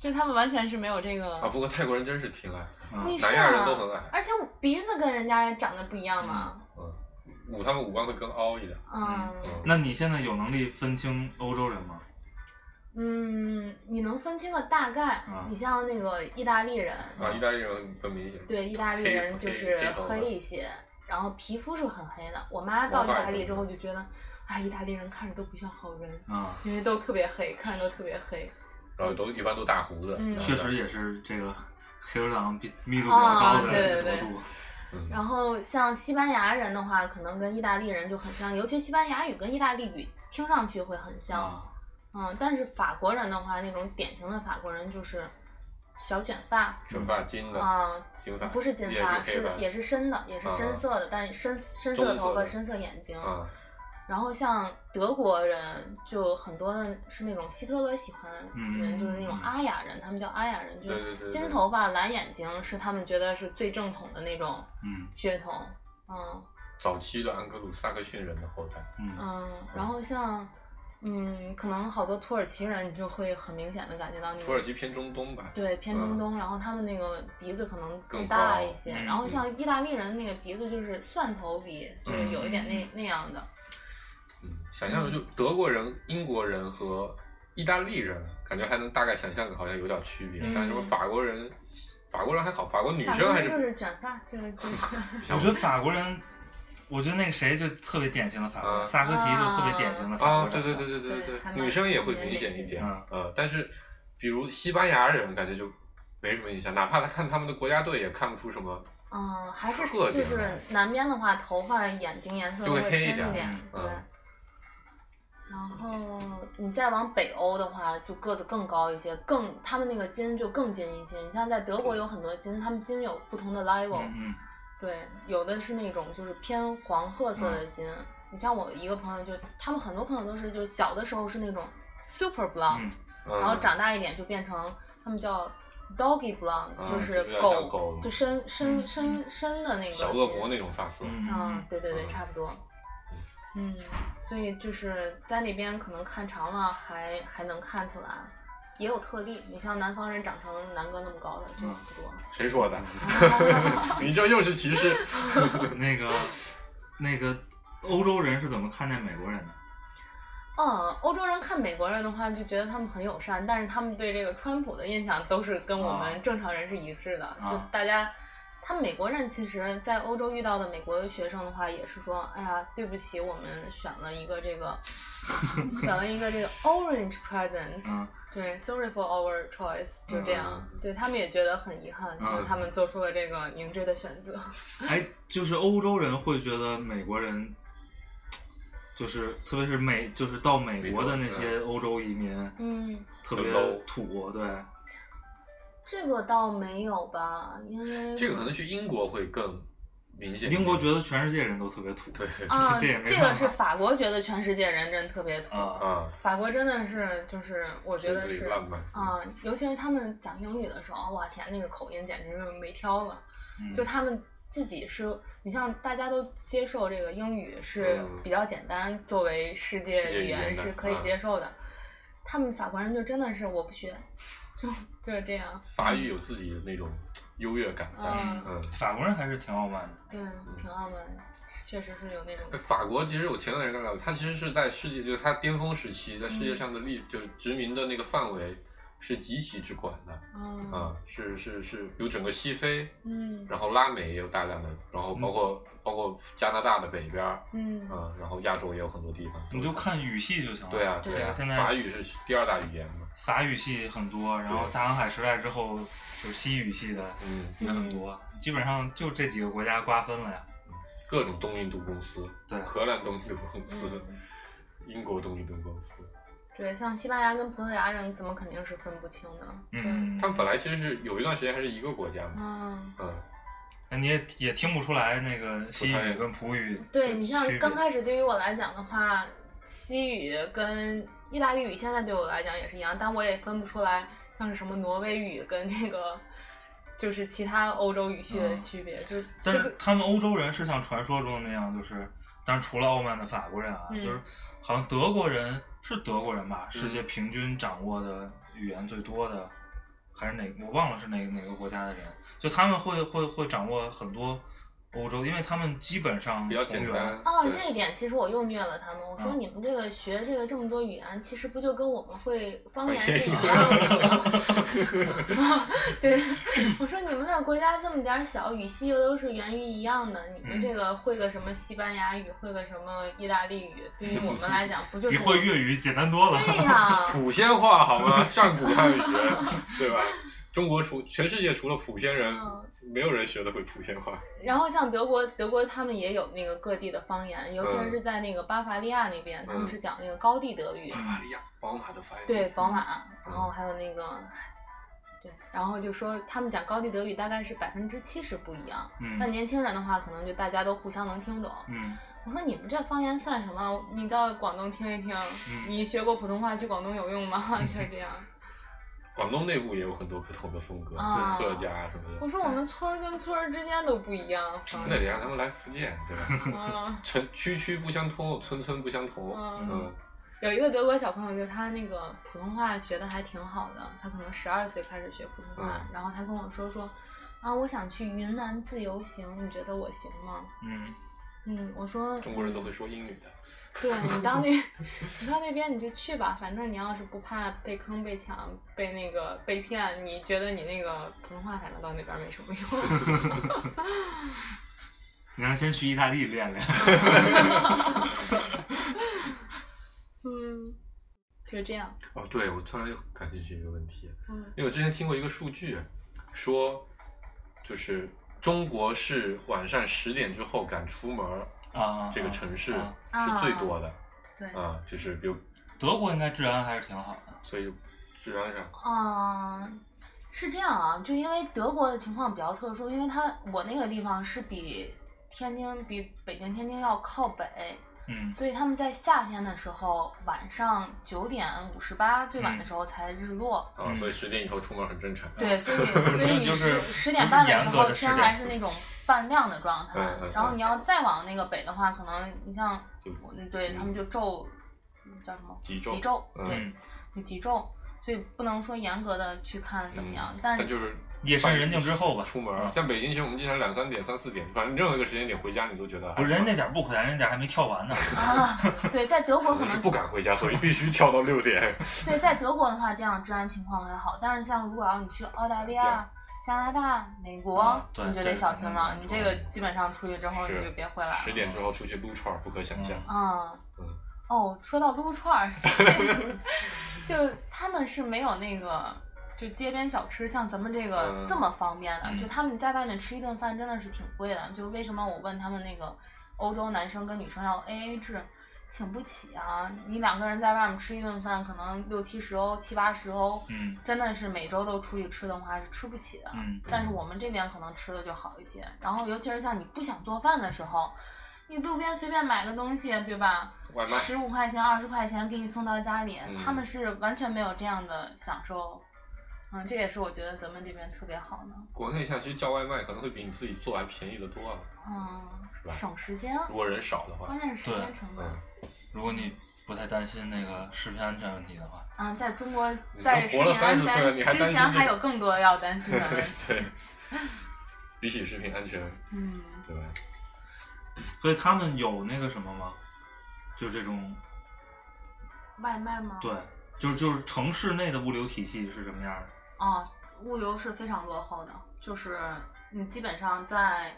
Speaker 4: 就他们完全是没有这
Speaker 3: 啊，
Speaker 4: 个，
Speaker 3: 不过泰国人真是挺矮，
Speaker 4: 你
Speaker 2: 嗯
Speaker 4: 是
Speaker 3: 南亚人
Speaker 4: 啊
Speaker 3: 都，很矮，
Speaker 4: 而且我鼻子跟人家长得不一样嘛，
Speaker 3: 五他们五官会更凹一点。
Speaker 4: 嗯
Speaker 3: 嗯，
Speaker 2: 那你现在有能力分清欧洲人吗？
Speaker 4: 嗯，你能分清个大概
Speaker 2: 嗯，
Speaker 4: 你像那个意大利人，
Speaker 3: 啊，意大利人更明显。
Speaker 4: 对，意大利人就是
Speaker 3: 黑黑头发
Speaker 4: 黑一些，然后皮肤是很黑的。我妈到意大利之后就觉得，哎，意大利人看着都不像好人，
Speaker 2: 啊，
Speaker 4: 因为都特别黑，看着都特别黑。
Speaker 3: 然后都一般都大胡子。
Speaker 4: 嗯
Speaker 2: 确实也是这个黑手党比密度比较高
Speaker 4: 啊对
Speaker 2: 的
Speaker 4: 对
Speaker 2: 国度。
Speaker 3: 嗯。
Speaker 4: 然后像西班牙人的话，可能跟意大利人就很像，尤其西班牙语跟意大利语听上去会很像。
Speaker 2: 啊，
Speaker 4: 嗯，但是法国人的话，那种典型的法国人就是小卷发
Speaker 3: 卷发金的，
Speaker 4: 啊、
Speaker 3: 金发
Speaker 4: 不是金
Speaker 3: 也
Speaker 4: 发，
Speaker 3: 黑
Speaker 4: 是
Speaker 3: 发
Speaker 4: 也是深的，也是深色的，但是深深色
Speaker 3: 棕色
Speaker 4: 头发、
Speaker 3: 的
Speaker 4: 深色眼睛。
Speaker 3: 啊，
Speaker 4: 然后像德国人就很多的是那种希特勒喜欢的人，
Speaker 2: 嗯
Speaker 4: 就是那种阿雅人，他们叫阿雅人，就
Speaker 3: 对对对
Speaker 4: 是
Speaker 3: 对
Speaker 4: 金头发、蓝眼睛是他们觉得是最正统的那种
Speaker 2: 嗯
Speaker 4: 血统。嗯。
Speaker 3: 早期的安格鲁萨克逊人的后代。
Speaker 2: 嗯
Speaker 4: 嗯，然后像，嗯，可能好多土耳其人，你就会很明显的感觉到那个
Speaker 3: 土耳其偏中东吧，
Speaker 4: 嗯对偏中
Speaker 3: 嗯
Speaker 4: 东，然后他们那个鼻子可能
Speaker 3: 更
Speaker 4: 大
Speaker 3: 高
Speaker 4: 一些，
Speaker 2: 嗯
Speaker 4: 然后像意大利人那个鼻子就是蒜头鼻，就是有一点那、那样的。
Speaker 3: 嗯，想象的就德国人、英国人和意大利人，感觉还能大概想象好像有点区别，
Speaker 4: 嗯
Speaker 3: 但是说法国人，法国人还好，法国女
Speaker 4: 反
Speaker 3: 生还
Speaker 4: 正
Speaker 3: 是
Speaker 4: 就是卷发，这个就是
Speaker 2: 我觉得法国人，我觉得那个谁就特别典型的法国人，
Speaker 3: 啊
Speaker 2: 萨科齐就特别典型的法
Speaker 3: 啊，
Speaker 2: 国
Speaker 3: 对
Speaker 2: 人。
Speaker 3: 对对对
Speaker 4: 对
Speaker 3: 对
Speaker 4: 还，蛮
Speaker 3: 女生也会明显一
Speaker 4: 明显一
Speaker 3: 点，
Speaker 2: 点
Speaker 3: 嗯、但是比如西班牙人感觉就没什么印象，哪怕他看他们的国家队也看不出什么，
Speaker 4: 嗯，还是
Speaker 3: 特
Speaker 4: 就
Speaker 3: 点
Speaker 4: 是
Speaker 3: 来
Speaker 4: 南边的话，头发、眼睛颜色
Speaker 3: 就会
Speaker 4: 会
Speaker 3: 黑一
Speaker 4: 深
Speaker 3: 点儿
Speaker 4: 点，
Speaker 3: 嗯
Speaker 4: 对
Speaker 3: 嗯。
Speaker 4: 然后你再往北欧的话，就个子更高一些，更他们那个筋就更筋一些。你像在德国有很多筋，他们筋有不同的 level，、
Speaker 2: 嗯
Speaker 4: 对，有的是那种就是偏黄褐色的筋。
Speaker 3: 嗯
Speaker 4: 你像我一个朋友就，他们很多朋友都是，就是小的时候是那种 super
Speaker 2: 嗯
Speaker 4: blonde，、
Speaker 2: 嗯
Speaker 3: 嗯、
Speaker 4: 然后长大一点就变成他们叫 doggy blonde，、
Speaker 3: 啊
Speaker 4: 就
Speaker 3: 就是有点
Speaker 4: 狗
Speaker 3: 像狗
Speaker 4: 就深深
Speaker 2: 嗯
Speaker 4: 深深的那个
Speaker 3: 小恶
Speaker 4: 筋
Speaker 3: 魔那种发色，
Speaker 2: 嗯
Speaker 4: 啊，对对对，
Speaker 3: 嗯
Speaker 4: 差不多。嗯，所以就是在那边可能看长了还还能看出来，也有特例。你像南方人长成南哥那么高的就
Speaker 2: 嗯
Speaker 4: 不多。
Speaker 3: 谁说 的？你这又是歧视。
Speaker 2: 嗯， 那个那个欧洲人是怎么看待美国人的？
Speaker 4: 嗯，欧洲人看美国人的话，就觉得他们很友善，但是他们对这个川普的印象都是跟我
Speaker 2: 啊
Speaker 4: 们正常人是一致的，就
Speaker 2: 啊
Speaker 4: 大家。他们美国人其实，在欧洲遇到的美国学生的话，也是说，哎呀，对不起，我们选了一个这个，选了一个这个 orange president，、
Speaker 2: 嗯
Speaker 4: 对，sorry for our choice，就这样。
Speaker 3: 嗯
Speaker 4: 对他们也觉得很遗憾，
Speaker 2: 嗯
Speaker 4: 就是他们做出了这个明智的选择。
Speaker 2: 哎，就是欧洲人会觉得美国人，就是特别是美，就是到美国的那些欧洲移民，
Speaker 4: 嗯，
Speaker 2: 特别
Speaker 3: low
Speaker 2: 土，对，
Speaker 4: 这个倒没有吧，因为
Speaker 3: 这个可能去英国会更明显一点。
Speaker 2: 英国觉得全世界人都特别土，
Speaker 3: 对对对
Speaker 4: 啊，
Speaker 2: 这也没
Speaker 4: 这
Speaker 2: 办
Speaker 4: 个
Speaker 2: 法
Speaker 4: 是法国觉得全世界人真特别土。
Speaker 2: 啊，
Speaker 3: 啊，
Speaker 4: 法国真的是，就是我觉得
Speaker 3: 对自己
Speaker 4: 是，
Speaker 3: 浪漫
Speaker 4: 啊、尤其是他们讲英语的时候，哇天，那个口音简直是没挑了。
Speaker 2: 嗯
Speaker 4: 就他们自己是，你像大家都接受这个英语是
Speaker 3: 嗯
Speaker 4: 比较简单，作为世界
Speaker 3: 世界
Speaker 4: 语
Speaker 3: 语
Speaker 4: 言
Speaker 3: 言的
Speaker 4: 是可以
Speaker 3: 嗯
Speaker 4: 接受的。他们法国人就真的是我不学，就就是这样，
Speaker 3: 法语有自己的那种优越感在，
Speaker 4: 嗯
Speaker 3: 嗯。
Speaker 2: 法国人还是挺傲慢的。
Speaker 4: 对，挺傲慢的，确实是有那种，
Speaker 3: 法国其实我前段时间刚了解，它其实是在世界就是它巅峰时期，在世界
Speaker 4: 嗯
Speaker 3: 上的历、就是殖民的那个范围是极其之广的
Speaker 4: 嗯
Speaker 3: 啊，是是是有整个西非，
Speaker 4: 嗯
Speaker 3: 然后拉美也有大量的，然后包括、
Speaker 2: 嗯
Speaker 3: 包括加拿大的北边儿
Speaker 4: 嗯
Speaker 3: 啊，然后亚洲也有很多地方。
Speaker 2: 你就看语系就行了。
Speaker 3: 对啊
Speaker 4: 对
Speaker 3: 对啊，
Speaker 2: 现在
Speaker 3: 法语是第二大语言嘛，
Speaker 2: 法语系很多，然后
Speaker 3: 对
Speaker 2: 大航海时代之后就是西语系的
Speaker 3: 嗯，
Speaker 2: 也很多，基本上就这几个国家瓜分了呀。
Speaker 3: 各种东印度公司，
Speaker 2: 对
Speaker 3: 荷兰东印度公司，
Speaker 4: 嗯
Speaker 3: 英国东印度公司，
Speaker 4: 对，像西班牙跟葡萄牙人怎么肯定是分不清的，
Speaker 2: 嗯
Speaker 3: 他们本来其实是有一段时间还是一个国家
Speaker 4: 对
Speaker 3: 嘛，
Speaker 4: 嗯。
Speaker 3: 嗯，
Speaker 2: 那你也也听不出来那个西
Speaker 3: 不太
Speaker 2: 语跟葡语的区别。
Speaker 4: 对你像刚开始对于我来讲的话，西语跟意大利语现在对我来讲也是一样，但我也分不出来像是什么挪威语跟这个就是其他欧洲语系的
Speaker 2: 嗯
Speaker 4: 区别，就
Speaker 2: 但
Speaker 4: 这
Speaker 2: 是
Speaker 4: 个
Speaker 2: 他们欧洲人是像传说中的那样，就是，当然除了傲慢的法国人啊，
Speaker 4: 嗯
Speaker 2: 就是好像德国人是德国人吧，
Speaker 3: 嗯
Speaker 2: 世界平均掌握的语言最多的，还是哪我忘了是哪哪个国家的人，就他们会会会掌握很多欧洲，因为他们基本上
Speaker 3: 比较
Speaker 2: 同
Speaker 3: 简
Speaker 2: 源
Speaker 3: 单。
Speaker 4: 哦，
Speaker 3: 对
Speaker 4: 这一点其实我又虐了他们。我说
Speaker 2: 嗯
Speaker 4: 你们这个学这个这么多语言，其实不就跟我们会方言
Speaker 3: 哎
Speaker 4: 是一
Speaker 3: 呀
Speaker 4: 样 的吗？对，我说你们那国家这么点儿小，语系又都是源于一样的，你们
Speaker 2: 嗯
Speaker 4: 这个会个什么西班牙语，会个什么意大利语，对于我们来讲，不就是
Speaker 2: 比会粤语简单多了。
Speaker 4: 对呀、
Speaker 3: 普仙话好 吗？上古汉语，对吧？中国除全世界除了普仙人
Speaker 4: 嗯，
Speaker 3: 没有人学得会普仙话。
Speaker 4: 然后像德国，德国他们也有那个各地的方言，尤其
Speaker 3: 嗯
Speaker 4: 是在那个巴伐利亚那边，他们
Speaker 3: 嗯
Speaker 4: 是讲那个高地德语。
Speaker 3: 巴利亚宝马的发音，
Speaker 4: 对，宝马，然后还有那个，对，然后就说他们讲高地德语大概是百分之七十不一样，但
Speaker 2: 嗯
Speaker 4: 年轻人的话，可能就大家都互相能听懂。
Speaker 2: 嗯，
Speaker 4: 我说你们这方言算什么？你到广东听一听，
Speaker 2: 嗯
Speaker 4: 你学过普通话去广东有用吗？ 就是这样。
Speaker 3: 广东内部也有很多不同的风格，
Speaker 4: 啊
Speaker 3: 客家什么
Speaker 4: 我
Speaker 3: 的。
Speaker 4: 说我们嗯村儿跟村儿之间都不一样。
Speaker 3: 那得让他们来福建，对 吧？
Speaker 4: 嗯，
Speaker 3: 城区区不相通，村村不相同。
Speaker 4: 嗯
Speaker 3: 嗯，
Speaker 4: 有一个德国小朋友，就他那个普通话学的还挺好的，他可能十二岁开始学普通话，
Speaker 3: 嗯
Speaker 4: 然后他跟我说说，啊，我想去云南自由行，你觉得我行吗？
Speaker 2: 嗯，
Speaker 4: 嗯，我说
Speaker 3: 中国人都
Speaker 4: 嗯
Speaker 3: 会说英语的。
Speaker 4: 对你 到那，你到那边你就去吧，反正你要是不怕被坑、被抢、被那个被骗，你觉得你那个普通话反正到那边没什么用。
Speaker 2: 你让先去意大利练 练。
Speaker 4: 嗯，就这样。
Speaker 3: 哦，对，我突然又感兴趣一个问题，
Speaker 4: 嗯
Speaker 3: 因为我之前听过一个数据，说就是中国是晚上十点之后敢出门儿
Speaker 2: 啊，
Speaker 3: 这个城市
Speaker 2: 啊
Speaker 3: 是最多的
Speaker 4: 对
Speaker 3: 啊，就是比如，
Speaker 2: 德国应该治安还是挺好的。
Speaker 3: 所以治安上，啊
Speaker 4: 嗯，是这样啊，就因为德国的情况比较特殊，因为它我那个地方是比天津、比北京、天津要靠北，
Speaker 2: 嗯
Speaker 4: 所以他们在夏天的时候，晚上九点五十八最
Speaker 3: 嗯
Speaker 4: 晚的时候才日落。
Speaker 3: 啊，
Speaker 2: 嗯
Speaker 3: 所以十点以后出门很正常。啊
Speaker 4: 对，所以所以你
Speaker 2: 就是
Speaker 4: 十十点
Speaker 2: 不是
Speaker 4: 半的
Speaker 2: 严
Speaker 4: 时
Speaker 2: 格
Speaker 4: 候，
Speaker 2: 的10
Speaker 4: 天
Speaker 2: 点
Speaker 4: 还是那种半亮的状态
Speaker 3: 嗯嗯。
Speaker 4: 然后
Speaker 3: 嗯
Speaker 4: 你要再往那个北的话，可能你像，
Speaker 3: 就
Speaker 4: 嗯对他们就昼，嗯叫什么？
Speaker 3: 极昼
Speaker 4: 极昼，对，
Speaker 2: 嗯，
Speaker 4: 就极昼。所以不能说严格的去看怎么样，
Speaker 3: 嗯
Speaker 4: 但
Speaker 3: 但就是
Speaker 2: 夜深人静之后吧
Speaker 3: 出门儿
Speaker 2: 嗯
Speaker 3: 像北京，其实我们经常两三点、三四点，反正任何一个时间点回家，你都觉得
Speaker 2: 不是人那点儿不回来，人家还没跳完呢。
Speaker 4: 啊，对，在德国
Speaker 3: 我
Speaker 4: 可
Speaker 3: 们是
Speaker 4: 能
Speaker 3: 不敢回家，所以必须跳到六 点。
Speaker 4: 对，在德国的话，这样治安情况还好，但是像如果要你去澳大利亚、加拿大、美国，
Speaker 2: 啊对
Speaker 4: 你就
Speaker 2: 这
Speaker 4: 得
Speaker 2: 个
Speaker 4: 小
Speaker 2: 肯
Speaker 4: 心
Speaker 2: 定
Speaker 4: 了。
Speaker 2: 很
Speaker 4: 你
Speaker 2: 重
Speaker 4: 这
Speaker 2: 要
Speaker 4: 个基本上出去之后你
Speaker 3: 是
Speaker 4: 就别回来了。
Speaker 3: 十点之后出去撸串儿，不可想象。
Speaker 4: 嗯
Speaker 3: 嗯，
Speaker 4: 哦，说到撸串儿， 就他们是没有那个。就街边小吃，像咱们这个
Speaker 3: 嗯
Speaker 4: 这么方便的，
Speaker 2: 嗯
Speaker 4: 就他们在外面吃一顿饭真的是挺贵的。就为什么我问他们那个欧洲男生跟女生要 A A 制，请不起啊！你两个人在外面吃一顿饭，可能六七十欧、七八十欧，
Speaker 2: 嗯
Speaker 4: 真的是每周都出去吃的话是吃不起的。
Speaker 2: 嗯
Speaker 4: 但是我们这边可能吃的就好一些。然后尤其是像你不想做饭的时候，你路边随便买个东西，对吧？
Speaker 3: 外卖，
Speaker 4: 十五块钱、二十块钱给你送到家里，
Speaker 3: 嗯
Speaker 4: 他们是完全没有这样的享受。嗯，这也是我觉得咱们这边特别好呢。
Speaker 3: 国内现在其实叫外卖可能会比你自己做还便宜的多啊，
Speaker 4: 嗯
Speaker 3: 是，吧
Speaker 4: 省时间，
Speaker 3: 如果人少的话
Speaker 4: 关。键是时间
Speaker 2: 对
Speaker 4: 成本。
Speaker 3: 嗯，
Speaker 2: 如果你不太担心那个食品安全问题的话，
Speaker 4: 啊，在中国，
Speaker 3: 你
Speaker 4: 在
Speaker 3: 都
Speaker 4: 十
Speaker 3: 活了
Speaker 4: 年
Speaker 3: 30
Speaker 4: 安
Speaker 3: 岁了
Speaker 4: 全
Speaker 3: 你还
Speaker 4: 之
Speaker 3: 担
Speaker 4: 前
Speaker 3: 心这
Speaker 4: 还
Speaker 3: 个
Speaker 4: 有更多要担心的问题。
Speaker 3: 对，比起食品安全，
Speaker 4: 嗯，
Speaker 3: 对，
Speaker 2: 所以他们有那个什么吗？就这种
Speaker 4: 外卖吗？
Speaker 2: 对，就是就是城市内的物流体系是什么样的？
Speaker 4: 哦，物流是非常落后的，就是你基本上在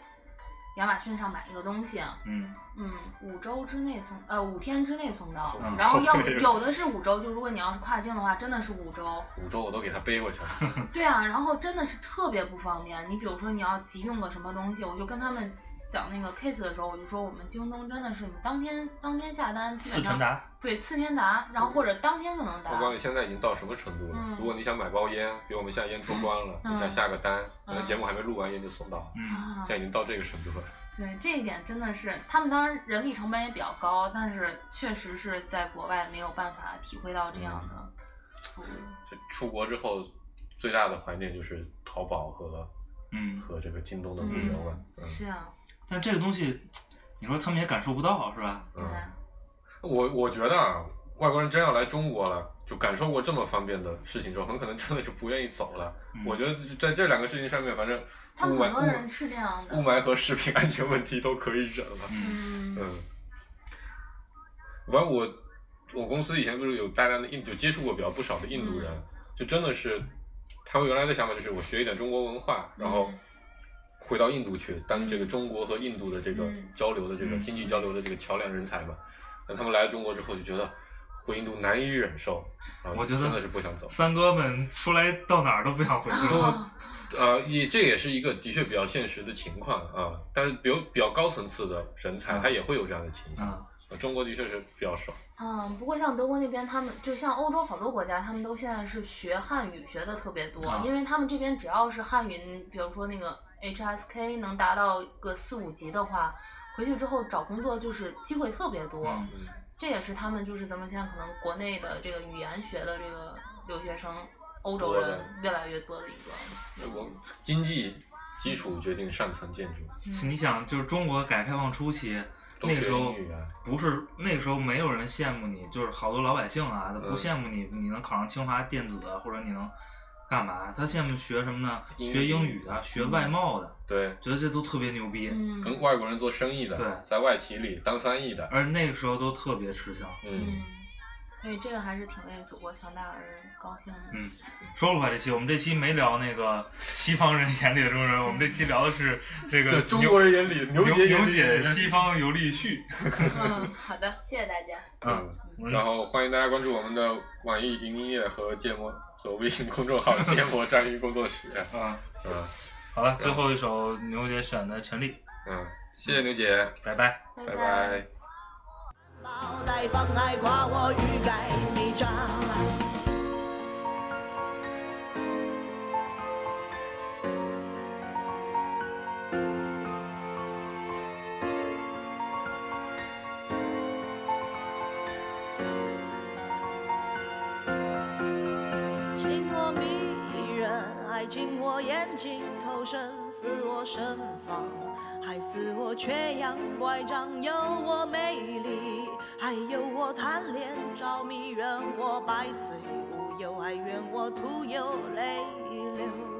Speaker 4: 亚马逊上买一个东西，
Speaker 2: 嗯，
Speaker 4: 嗯，五周之内送，呃，五天之内送到，
Speaker 3: 嗯
Speaker 4: 然后要
Speaker 3: 这个
Speaker 4: 有的是五周，就如果你要是跨境的话，真的是五周。
Speaker 3: 五洲我都给他背过 去了。
Speaker 4: 对啊，然后真的是特别不方便。你比如说你要急用个什么东西，我就跟他们讲那个 case 的时候，我就说我们京东真的是你当天当天嗯下单，基
Speaker 2: 四
Speaker 4: 本
Speaker 2: 传
Speaker 4: 上
Speaker 2: 达，
Speaker 4: 对次天达，然后或者当天就能达
Speaker 3: 我。管你现在已经到什么程度了。
Speaker 4: 嗯
Speaker 3: 如果你想买包烟，比如我们现在烟抽光了，
Speaker 4: 嗯
Speaker 3: 你想下个单，可能
Speaker 4: 嗯
Speaker 3: 节目还没录完，烟就送到了。
Speaker 2: 嗯，
Speaker 4: 啊
Speaker 3: 现，在已经到这个程度了，
Speaker 4: 对这一点真的是，他们当然人力成本也比较高，但是确实是在国外没有办法体会到这样的服务。
Speaker 3: 就出国之后最大的怀念就是淘宝和
Speaker 2: 嗯
Speaker 3: 和这个京东的物流了。嗯，
Speaker 4: 是啊，
Speaker 2: 但这个东西，你说他们也感受不到是吧？
Speaker 4: 对，
Speaker 3: 嗯我我觉得啊，外国人真要来中国了，就感受过这么方便的事情之后，很可能真的就不愿意走了。
Speaker 2: 嗯
Speaker 3: 我觉得就是在这两个事情上面，反正
Speaker 4: 他们
Speaker 3: 雾霾
Speaker 4: 很多人是这样的
Speaker 3: 雾霾和食品安全问题都可以忍了。
Speaker 2: 嗯
Speaker 4: 嗯
Speaker 3: 嗯，反正我我公司以前不是有大量的印，就接触过比较不少的印度人，
Speaker 4: 嗯
Speaker 3: 就真的是他们原来的想法就是我学一点中国文化，然后
Speaker 4: 嗯
Speaker 3: 回到印度去当这个中国和印度的这个
Speaker 4: 嗯
Speaker 3: 交流的这个
Speaker 2: 嗯
Speaker 3: 经济交流的这个桥梁人才嘛。那他们来了中国之后就觉得回印度难以忍受，然后
Speaker 2: 我觉得
Speaker 3: 嗯真的是不想走。
Speaker 2: 三哥们出来到哪儿都不想回去
Speaker 3: 然后
Speaker 2: 了。
Speaker 4: 啊
Speaker 3: 呃，也这也是一个的确比较现实的情况啊，但是比如比较高层次的人才，
Speaker 2: 嗯
Speaker 3: 他也会有这样的情
Speaker 2: 嗯
Speaker 3: 况。呃中国的确是比较少。
Speaker 4: 嗯，不过像德国那边，他们就像欧洲好多国家，他们都现在是学汉语学的特别多，
Speaker 2: 啊
Speaker 4: 因为他们这边只要是汉语，嗯比如说那个 HSK 能达到个四五级的话，回去之后找工作就是机会特别多。
Speaker 2: 嗯
Speaker 3: 嗯
Speaker 4: 这也是他们就是咱们现在可能国内的这个语言学的这个留学生，欧洲
Speaker 3: 多
Speaker 4: 人
Speaker 3: 的
Speaker 4: 越来越多的一个。
Speaker 3: 这呃我经济基础决定上层建筑，
Speaker 4: 嗯
Speaker 2: 你想，就是中国改革开放初期，
Speaker 3: 都
Speaker 2: 那个
Speaker 3: 学
Speaker 2: 时候
Speaker 3: 英语啊，
Speaker 2: 不是那个时候没有人羡慕你，就是好多老百姓啊，他不
Speaker 3: 嗯
Speaker 2: 羡慕你，你能考上清华电子或者你能干嘛？他羡慕学什么呢？
Speaker 3: 英语嗯
Speaker 2: 学英语的，学外贸的，
Speaker 3: 对，
Speaker 2: 觉得这都特别牛逼。
Speaker 4: 嗯，
Speaker 3: 跟外国人做生意
Speaker 2: 对
Speaker 3: 的，在外企里当翻译的，
Speaker 2: 而那个时候都特别吃香。
Speaker 3: 嗯
Speaker 4: 嗯，，所以这个还是挺为祖国强大而高兴的。
Speaker 2: 嗯说了吧，这期我们这期没聊那个西方人眼里的中国人，我们这期聊的是这个
Speaker 3: 这中国人眼里
Speaker 2: 牛
Speaker 3: 牛姐
Speaker 2: 牛
Speaker 3: 眼里
Speaker 2: 姐西方游历序。
Speaker 4: 嗯，好的，谢谢大家。
Speaker 2: 嗯，
Speaker 3: 嗯，然后欢迎大家关注我们的网易云音乐和芥末和微信公众 号“芥末章鱼工作室
Speaker 2: 嗯，”。
Speaker 3: 嗯
Speaker 2: 好了，最后一首牛姐选的陈粒，
Speaker 3: 嗯，谢谢牛姐，
Speaker 2: 拜拜。
Speaker 3: 拜
Speaker 4: 拜
Speaker 3: 拜。
Speaker 6: 脑袋放开，夸我欲盖弥彰。紧我迷人，爱紧我眼睛，投身似我身房，还似我缺氧乖张，有我美丽，还有我贪恋着迷，怨我百岁无忧，还怨我徒有泪流。